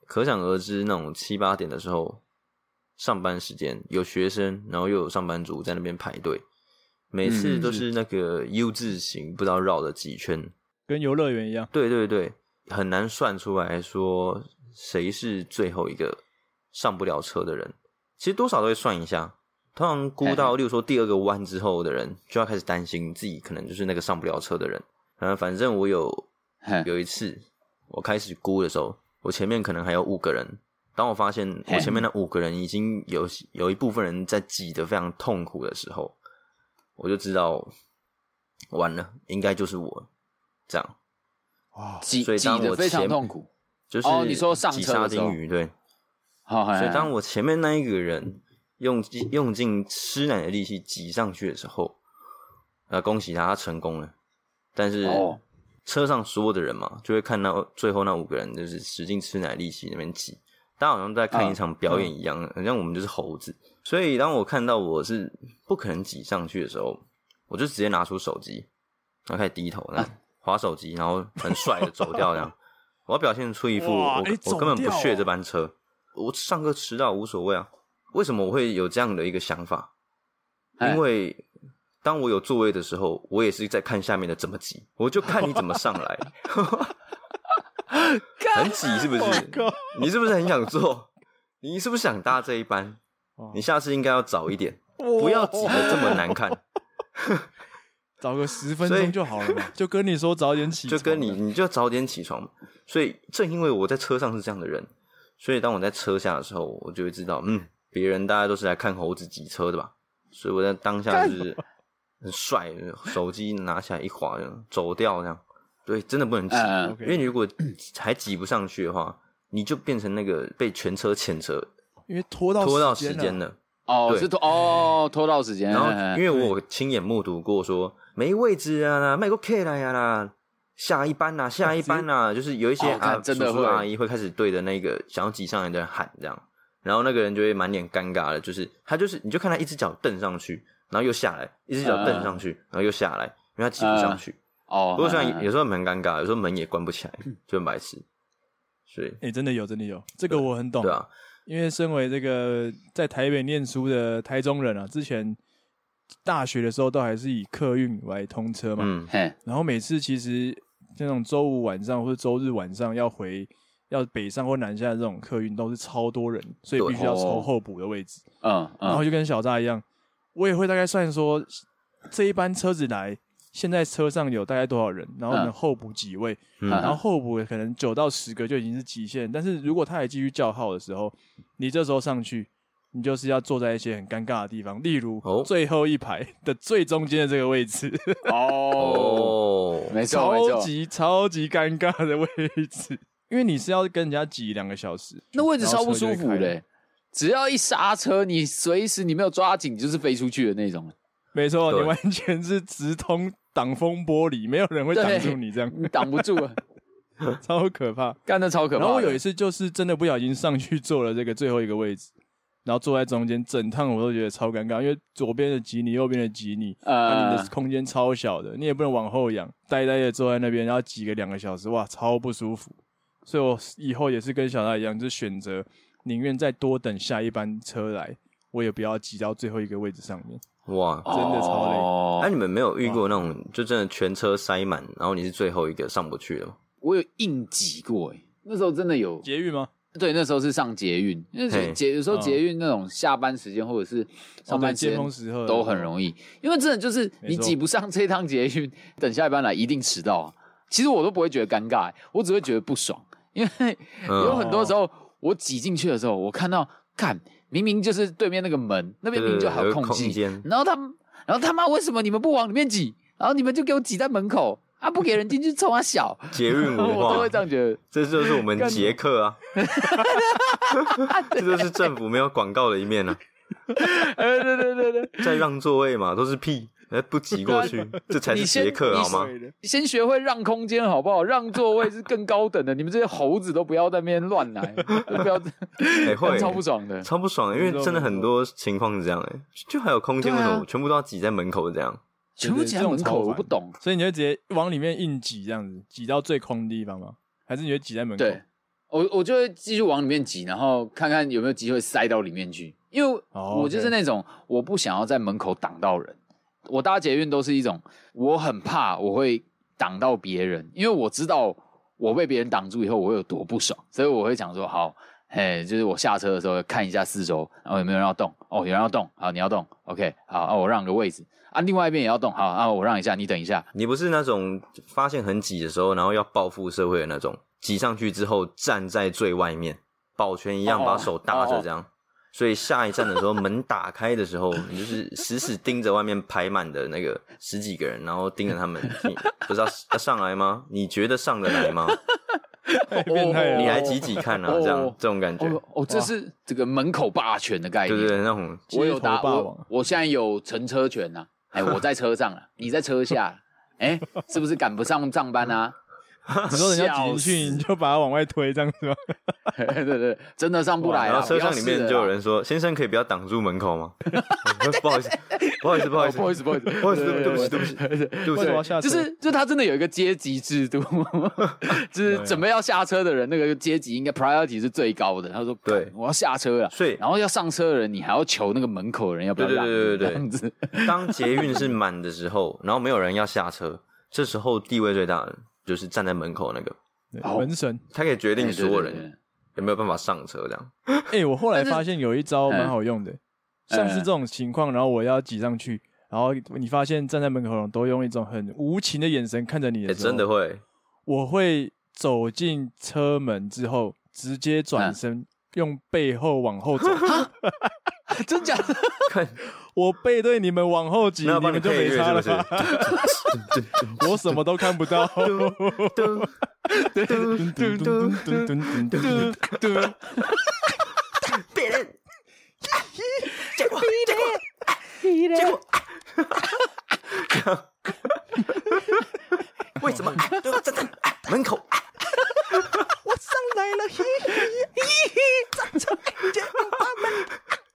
C: 可想而知，那种七八点的时候，上班时间有学生，然后又有上班族在那边排队，每次
A: 嗯
C: 都是那个 U 字形，不知道绕了几圈。
B: 跟游乐园一样，
C: 对对对，很难算出来说谁是最后一个上不了车的人。其实多少都会算一下，通常估到，例如说第二个弯之后的人，就要开始担心自己可能就是那个上不了车的人。嗯，反正我有
A: 嘿
C: 有一次，我开始估的时候，我前面可能还有五个人。当我发现我前面那五个人已经有有一部分人在挤得非常痛苦的时候，我就知道完了，应该就是我了这样。
B: 哇，
A: 挤
C: 所以
A: 挤
C: 当
A: 得
C: 我
A: 非常
C: 前
A: 痛苦。
C: 就是
A: 哦你说上
C: 挤
A: 车
C: 沙
A: 的时候哎
C: 丁鱼对。
A: 好，
C: 所
A: 所
C: 以当我前面那一个人用尽用尽吃奶的力气挤上去的时候，呃，恭喜他，他成功了。但是
A: 哦
C: 车上所有的人嘛，就会看到最后那五个人就是使劲吃奶力气那边挤，大家好像在
A: 嗯
C: 看一场表演一样，好像我们就是猴子。所以当我看到我是不可能挤上去的时候，我就直接拿出手机，然后开始低头，
B: 嗯
C: 然后划手机，然后很帅的走掉这
B: *laughs*
C: 样。我要表现出一副
B: 哇
C: 我、
B: 哎
C: 我根
B: 走
C: 本不
B: 掉哦
C: 屑这班车，我上课迟到无所谓啊。为什么我会有这样的一个想法？
B: 哎
C: 因为当我有座位的时候，我也是在看下面的怎么挤，我就看你怎么上
B: *laughs*
C: 来，很挤是不是？
B: 靠
C: 你是不是很想坐？你是不是想搭这一班
B: 哇？
C: 你下次应该要早一点，不要挤得这么难看。
B: 找个十分
C: 所以
B: 钟就好了嘛，就跟你说早点起床
C: 就
B: 的，
C: 跟你你就早点起床。所以正因为我在车上是这样的人，所以当我在车下的时候，我就会知道，嗯，别人大家都是来看猴子挤车的吧。所以我在当下就是很帅，手机拿起来一划，走掉这样。对，真的不能挤，
A: 嗯嗯
B: ，OK
C: 因为你如果还挤不上去的话，你就变成那个被全车牵扯
B: 因为拖到
C: 拖到时间
B: 了，
C: 了。
A: 哦
C: 对
A: 是拖哦拖到时间，
C: 然后
A: 嘿
C: 因为我有亲眼目睹过说没位置啊啦，卖过 K 来呀啦，下一班啦、下一班啦、就是有一些
A: 哦看
C: 啊、
A: 真的
C: 叔叔
A: 会
C: 阿姨会开始对着那个想要挤上来的人喊这样，然后那个人就会满脸尴尬的，就是他就是你就看他一只脚蹬上去，然后又下来，一只脚蹬上去，然后又下来，因为他挤不上去。
A: 嗯哦
C: 不，过虽然有
A: 嗯
C: 有时候门尴尬，有时候门也关不起来，就很白痴。所以
B: 哎、真的有，真的有，这个我很懂。
C: 对啊，
B: 因为身为这个在台北念书的台中人啊，之前大学的时候都还是以客运来通车嘛，
C: 嗯，
A: 嘿，
B: 然后每次其实那种周五晚上或者周日晚上要回要北上或南下的这种客运都是超多人，所以
C: 对
B: 必须要抽
A: 哦
B: 候补的位置。
A: 嗯
B: 然后
A: 嗯，
B: 就跟小扎一样，我也会大概算说这一班车子来，现在车上有大概多少人，然后我们
A: 嗯
B: 候补几位，
C: 嗯
B: 然后候补可能九到十个就已经是极限。但是如果他还继续叫号的时候，你这时候上去，你就是要坐在一些很尴尬的地方，例如
C: 哦
B: 最后一排的最中间的这个位置，
A: 哦，
C: 哦，
A: 没错没
B: 超
A: 错，
B: 级超级尴尬的位置，因为你是要跟人家挤两个小时，
A: 那位置超不舒
B: 然后车就
A: 服
B: 会
A: 的、
B: 开了。
A: 只要一刹车，你随时你没有抓紧，你就是飞出去的那种。
B: 没错，你
C: 对
B: 完全是直通挡风玻璃，没有人会挡住你，这
A: *laughs*
B: 样
A: 你挡不住啊，
B: 超可怕。
A: 干的超可怕的。
B: 然后我有一次就是真的不小心上去坐了这个最后一个位置，然后坐在中间，整趟我都觉得超尴尬，因为左边的挤你，右边的挤你，啊，你的
A: 呃，
B: 空间超小的，你也不能往后仰，呆呆的坐在那边，然后挤个两个小时，哇，超不舒服。所以我以后也是跟小大一样，就选择宁愿再多等下一班车来，我也不要挤到最后一个位置上面。
C: 哇！
B: 真的超累
C: 那、
A: 累。
C: 你们没有遇过那种就真的全车塞满，然后你是最后一个上不去的吗？
A: 我有硬挤过、欸，那时候真的有。
B: 节育吗？
A: 对，那时候是上捷运，因为
C: 嘿哦
A: 捷有时候
B: 嗯
A: 捷运那种下班时间或者是上班时
B: 尖
A: 间
B: 峰时刻
A: 都
C: 嗯
A: 很容易，因为真的就是
B: 没
A: 你
B: 错
A: 挤不上这趟捷运，等下一班来一定迟到啊。其实我都不会觉得尴尬、欸我只会觉得不爽，因为
C: 嗯
A: 有很多时
C: 哦
A: 候我挤进去的时候，我看到看明明就是对面那个门那边明明就还
C: 对对对有
A: 空
C: 空
A: 隙， *laughs*
C: 间
A: 然后他们，然后他妈为什么你们不往里面挤，然后你们就给我挤在门口啊，不给人进去冲啊小，
C: 捷运文
A: *laughs* 我都
C: 化
A: 会，这样觉得。
C: 这就是我们捷克啊， *laughs*
A: *laughs*
C: 这就是政府没有广告的一面啊，
A: 哎，对对对对，
C: 在让座位嘛，都是屁，哎，不挤过去，这才是
A: 你先
C: 捷克
A: 啊你
C: 好吗？
A: 先学会让空间好不好？让座位是更高等的，你们这些猴子都不要在那边乱来，都不要，
C: 哎，
A: *laughs*
C: 会
A: 超不爽的。
C: 超不爽的，因为
B: 没错
C: 真的
B: 没错
C: 很多情况是这样，哎，就还有空间，为
A: 对啊
C: 什么全部都要挤在门口这样？
A: 全部挤在门
B: 这种超
A: 口，
B: 烦
A: 我不懂。
B: 所以你会直接往里面硬挤，这样子挤到最空的地方吗？还是你会挤在门口？
A: 对，我我就会继续往里面挤，然后看看有没有机会塞到里面去。因为
B: 哦
A: 我就是
B: OK
A: 那种我不想要在门口挡到人。我搭捷运都是一种，我很怕我会挡到别人，因为我知道我被别人挡住以后我会有多不爽，所以我会想说好。嘿就是我下车的时候看一下四周，然后有没有人要动？哦，有人要动，好，你要动，OK，好，啊，我让个位置啊，另外一边也要动，好啊，我让一下，你等一下，
C: 你不是那种发现很挤的时候，然后要报复社会的那种，挤上去之后站在最外面，保全一样
A: 哦
C: 把手搭
A: 哦哦
C: 着这样。所以下一站的时候，门打开的时候，你就是死死盯着外面排满的那个十几个人，然后盯着
A: *laughs*
C: 他们，你不知道要上来吗？你觉得上得来吗？
B: 太 *laughs* 变态
A: 哦
C: 你
B: 了！
C: 来挤挤看啊，
A: 哦
C: 这样这种感觉，
A: 哦哦，这是这个门口霸权的概
C: 对
A: 念，
C: 不对？那种
A: 我有
B: 街
A: 打
B: 头霸
A: 我
B: 王，
A: 我现在有乘车权呐、哎、我在车上了、你在车下了，哎、是不是赶不上上班啊？
B: 你说人家挤进去，你就把它往外推，这样
C: *laughs*
B: 子吗？
A: 对对对，真的上不来
C: 然
A: 了。
C: 后车
A: 哎不要啊
C: 厢里面
A: 试了
C: 就有
A: 啦，
C: 人说：“先生，可以不要挡住门口吗？” *laughs* 不好意思，不好意思，不好意思，
A: 不好意思，不好意思，
C: 不好意思，对不起，对不起，对不
B: 为什么要
C: 起。
B: 下车？
A: 就是就是他真的有一个阶级制度，就是准备要下车的人，那个阶级应该 priority 是最高的。他说：“
C: 对
A: 干我要下车了。”
C: 所以
A: 然后要上车的人，你还要求那个门口的人要不要
C: 对
A: 让
C: 对
A: 你，
C: 对对对
A: 这样子。
C: *laughs* 当捷运是满的时
B: *laughs*
C: 候，然后没有人要下车，这时候地位最大的就是站在门口那个，
B: 对
A: 好
B: 门神。
C: 他可以决定所
A: 对
C: 有
A: 对对
C: 人有没有办法上车，这样。
B: 哎，我后来发现有一招
C: 哎
B: 蛮好用的，
A: 嗯
B: 像是这种情况，然后我要挤上去，然后你发现站在门口的人都用一种很无情的眼神看着你
C: 哎，
B: 的时候，
C: 真的会，
B: 我会走进车门之后，直接转
C: 啊
B: 身，用背后往
C: *laughs*
B: 后走。
A: 对真假的？
B: 我背对你们往后挤，
C: 那要
B: 你
C: 帮
B: 们就
C: 配
B: 没差
C: 乐
B: 了
C: 是不是
B: 吧？？我什么都看不到。
C: *laughs* 嘟嘟嘟嘟嘟嘟，别人，结果结果结果， *laughs* 为什么都要站在哎门口？
D: 上来了，嘿嘿嘿，站站，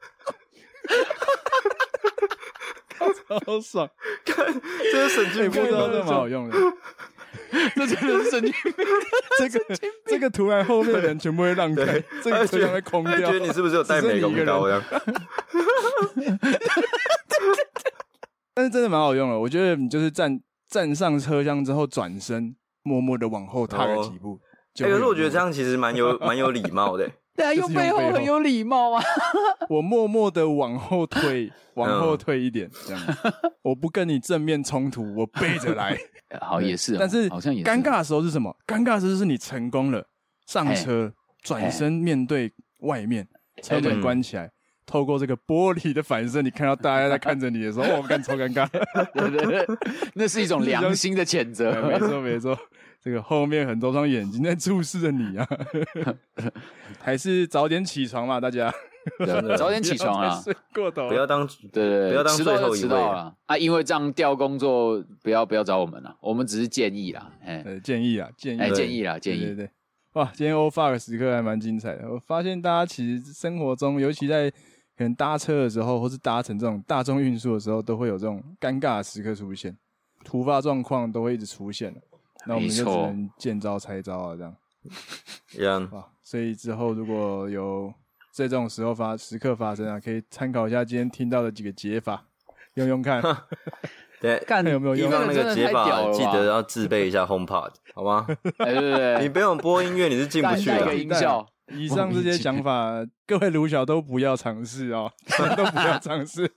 B: *laughs* 爽，
C: 这是神
B: 也
C: 经
B: 不
C: 病
B: 知道
C: 吗
B: 这蛮好用的。
A: 这真的是神经病。
B: 这个这个突然后面的人全部会让开
C: 对，
B: 哎这个突然会空
C: 他
B: 掉
C: 哎觉得。你是不是有带美工刀这样？哎
B: 但是真的蛮好用的，我觉得你就是站站上车厢之后转身，默默的往后踏个几步。就
C: 哎，
B: 会有
C: 可是我觉得这样其实蛮
B: *laughs*
C: 有蛮有礼貌的。
A: 对啊，
B: 就
A: 用
B: 是
A: 背后
B: 用背后
A: 很有礼貌啊。
B: 我默默的往后退，往
C: 嗯
B: 后退一点，
C: *laughs*
B: 这样。我不跟你正面冲突，我背着来。
A: 好，也是哦，
B: 但是
A: 好像也是
B: 尴尬的时候是什么？尴尬的时候就是你成功了，上
A: 哎
B: 车转身面对外面，车门关起
A: 哎嗯
B: 来，透过这个玻璃的反射，你看到大家在看着你的时候，哇，干超尴
A: *laughs*
B: 尬。
A: 对，对对那是一种良心的谴
B: 哎没
A: 责。
B: 错 *laughs* 没错，这个后面很多双眼睛在注视着
A: *laughs*
B: 你啊，还是早点起床吧，大家
A: 对 *laughs* 早点起床啊！
B: *laughs* 不要再睡过头
C: 不要当
A: 对对，对
C: 不要当
A: 迟到
C: 最后
A: 就
C: 一
A: 迟到
C: 位
A: 了啊！因为这样调工作，不要不要找我们啊了，我们只是建议啦，哎
B: 呃建议啊建议
A: 哎，
C: 对
A: 建议啦，建
B: 对对
A: 议。
B: 对，哇，今天欧 fuck 时刻还蛮精彩的。我发现大家其实生活中，尤其在可能搭车的时候，或是搭乘这种大众运输的时候，都会有这种尴尬的时刻出现，突发状况都会一直出现的。那我们就
A: 没
B: 只
A: 错
B: 能见招拆招啊，这样
C: 一样。
B: 哇。所以之后如果有在这种时候发时刻发生啊，可以参考一下今天听到的几个解法，用用
A: *laughs*
B: 看。
C: 对，
A: 干
B: 看有没有
C: 一
B: 用
A: 这
C: 方那
A: 真
C: 个
A: 的
C: 解
A: 太屌
C: 法
A: 了
C: 记
A: 吧
C: 得要自备一下 HomePod，好吗？
A: 哎对
C: 你
A: 对
C: 不用播音乐，你是进
A: 对，
C: 不
A: 带
C: 去
A: 带
C: 的
A: 个。音效，
B: 以上这些想法， *laughs* 各位卢小都不要尝试哦，都不要尝试。 *laughs*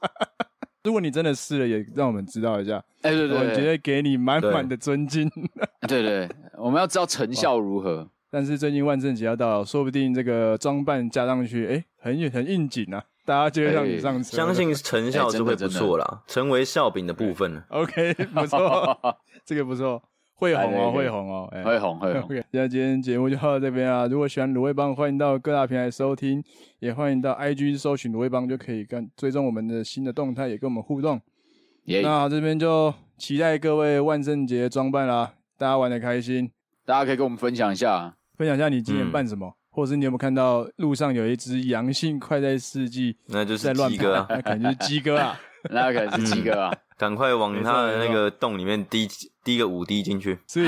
B: 如果你真的试了，也让我们知道一下，
A: 哎对
B: 我
A: 对
B: 们绝
A: 对
B: 对给你满满的尊敬。 *laughs*
A: 对对，我们要知道成效如何。
B: 但是最近万圣节要到了，说不定这个装扮加上去，哎、很很应景啊，大家就会让你上车。
C: 相信成
A: 哎
C: 效是
A: 真的
C: 会不
A: 真的
C: 错啦，成为笑柄的部分。
B: OK，
A: *laughs*
B: 不错，这个不错，会红哦，
A: 哎对对
B: 会红哦，哎、
A: 会红会红，
B: OK，那今天节目就到这边啊。如果喜欢卤味帮，欢迎到各大平台收听，也欢迎到 IG 搜寻卤味帮，就可以跟追踪我们的新的动态，也跟我们互动。
C: 哎
A: 耶！
B: 那这边就期待各位万圣节装扮啦，大家玩的开心，
A: 大家可以跟我们分享一下，
B: 分享一下你今年
C: 嗯
B: 扮什么，或者是你有没有看到路上有一只阳性快在世纪
C: 那就
B: 哎在
C: 是
B: 乱
C: 鸡哥啊
B: *laughs* 跑，，那可能就是鸡哥啊。
A: 那可能是鸡哥啊，
C: 赶快往他
B: 没错
C: 的
B: 没
C: 那
B: 错
C: 个洞里面滴滴个五滴进去。
B: 所以，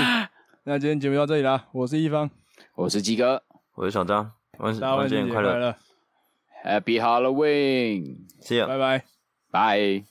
B: 那今天节目到这里啦，我是一方，
A: 我是鸡哥
C: 我是小张，万
B: 大家
C: 嗯万
B: 万
C: 圣
B: 圣
C: 节
B: 节
C: 快乐，
B: 乐，
A: ，Happy Halloween，
C: See ya
B: 拜拜。
A: 拜。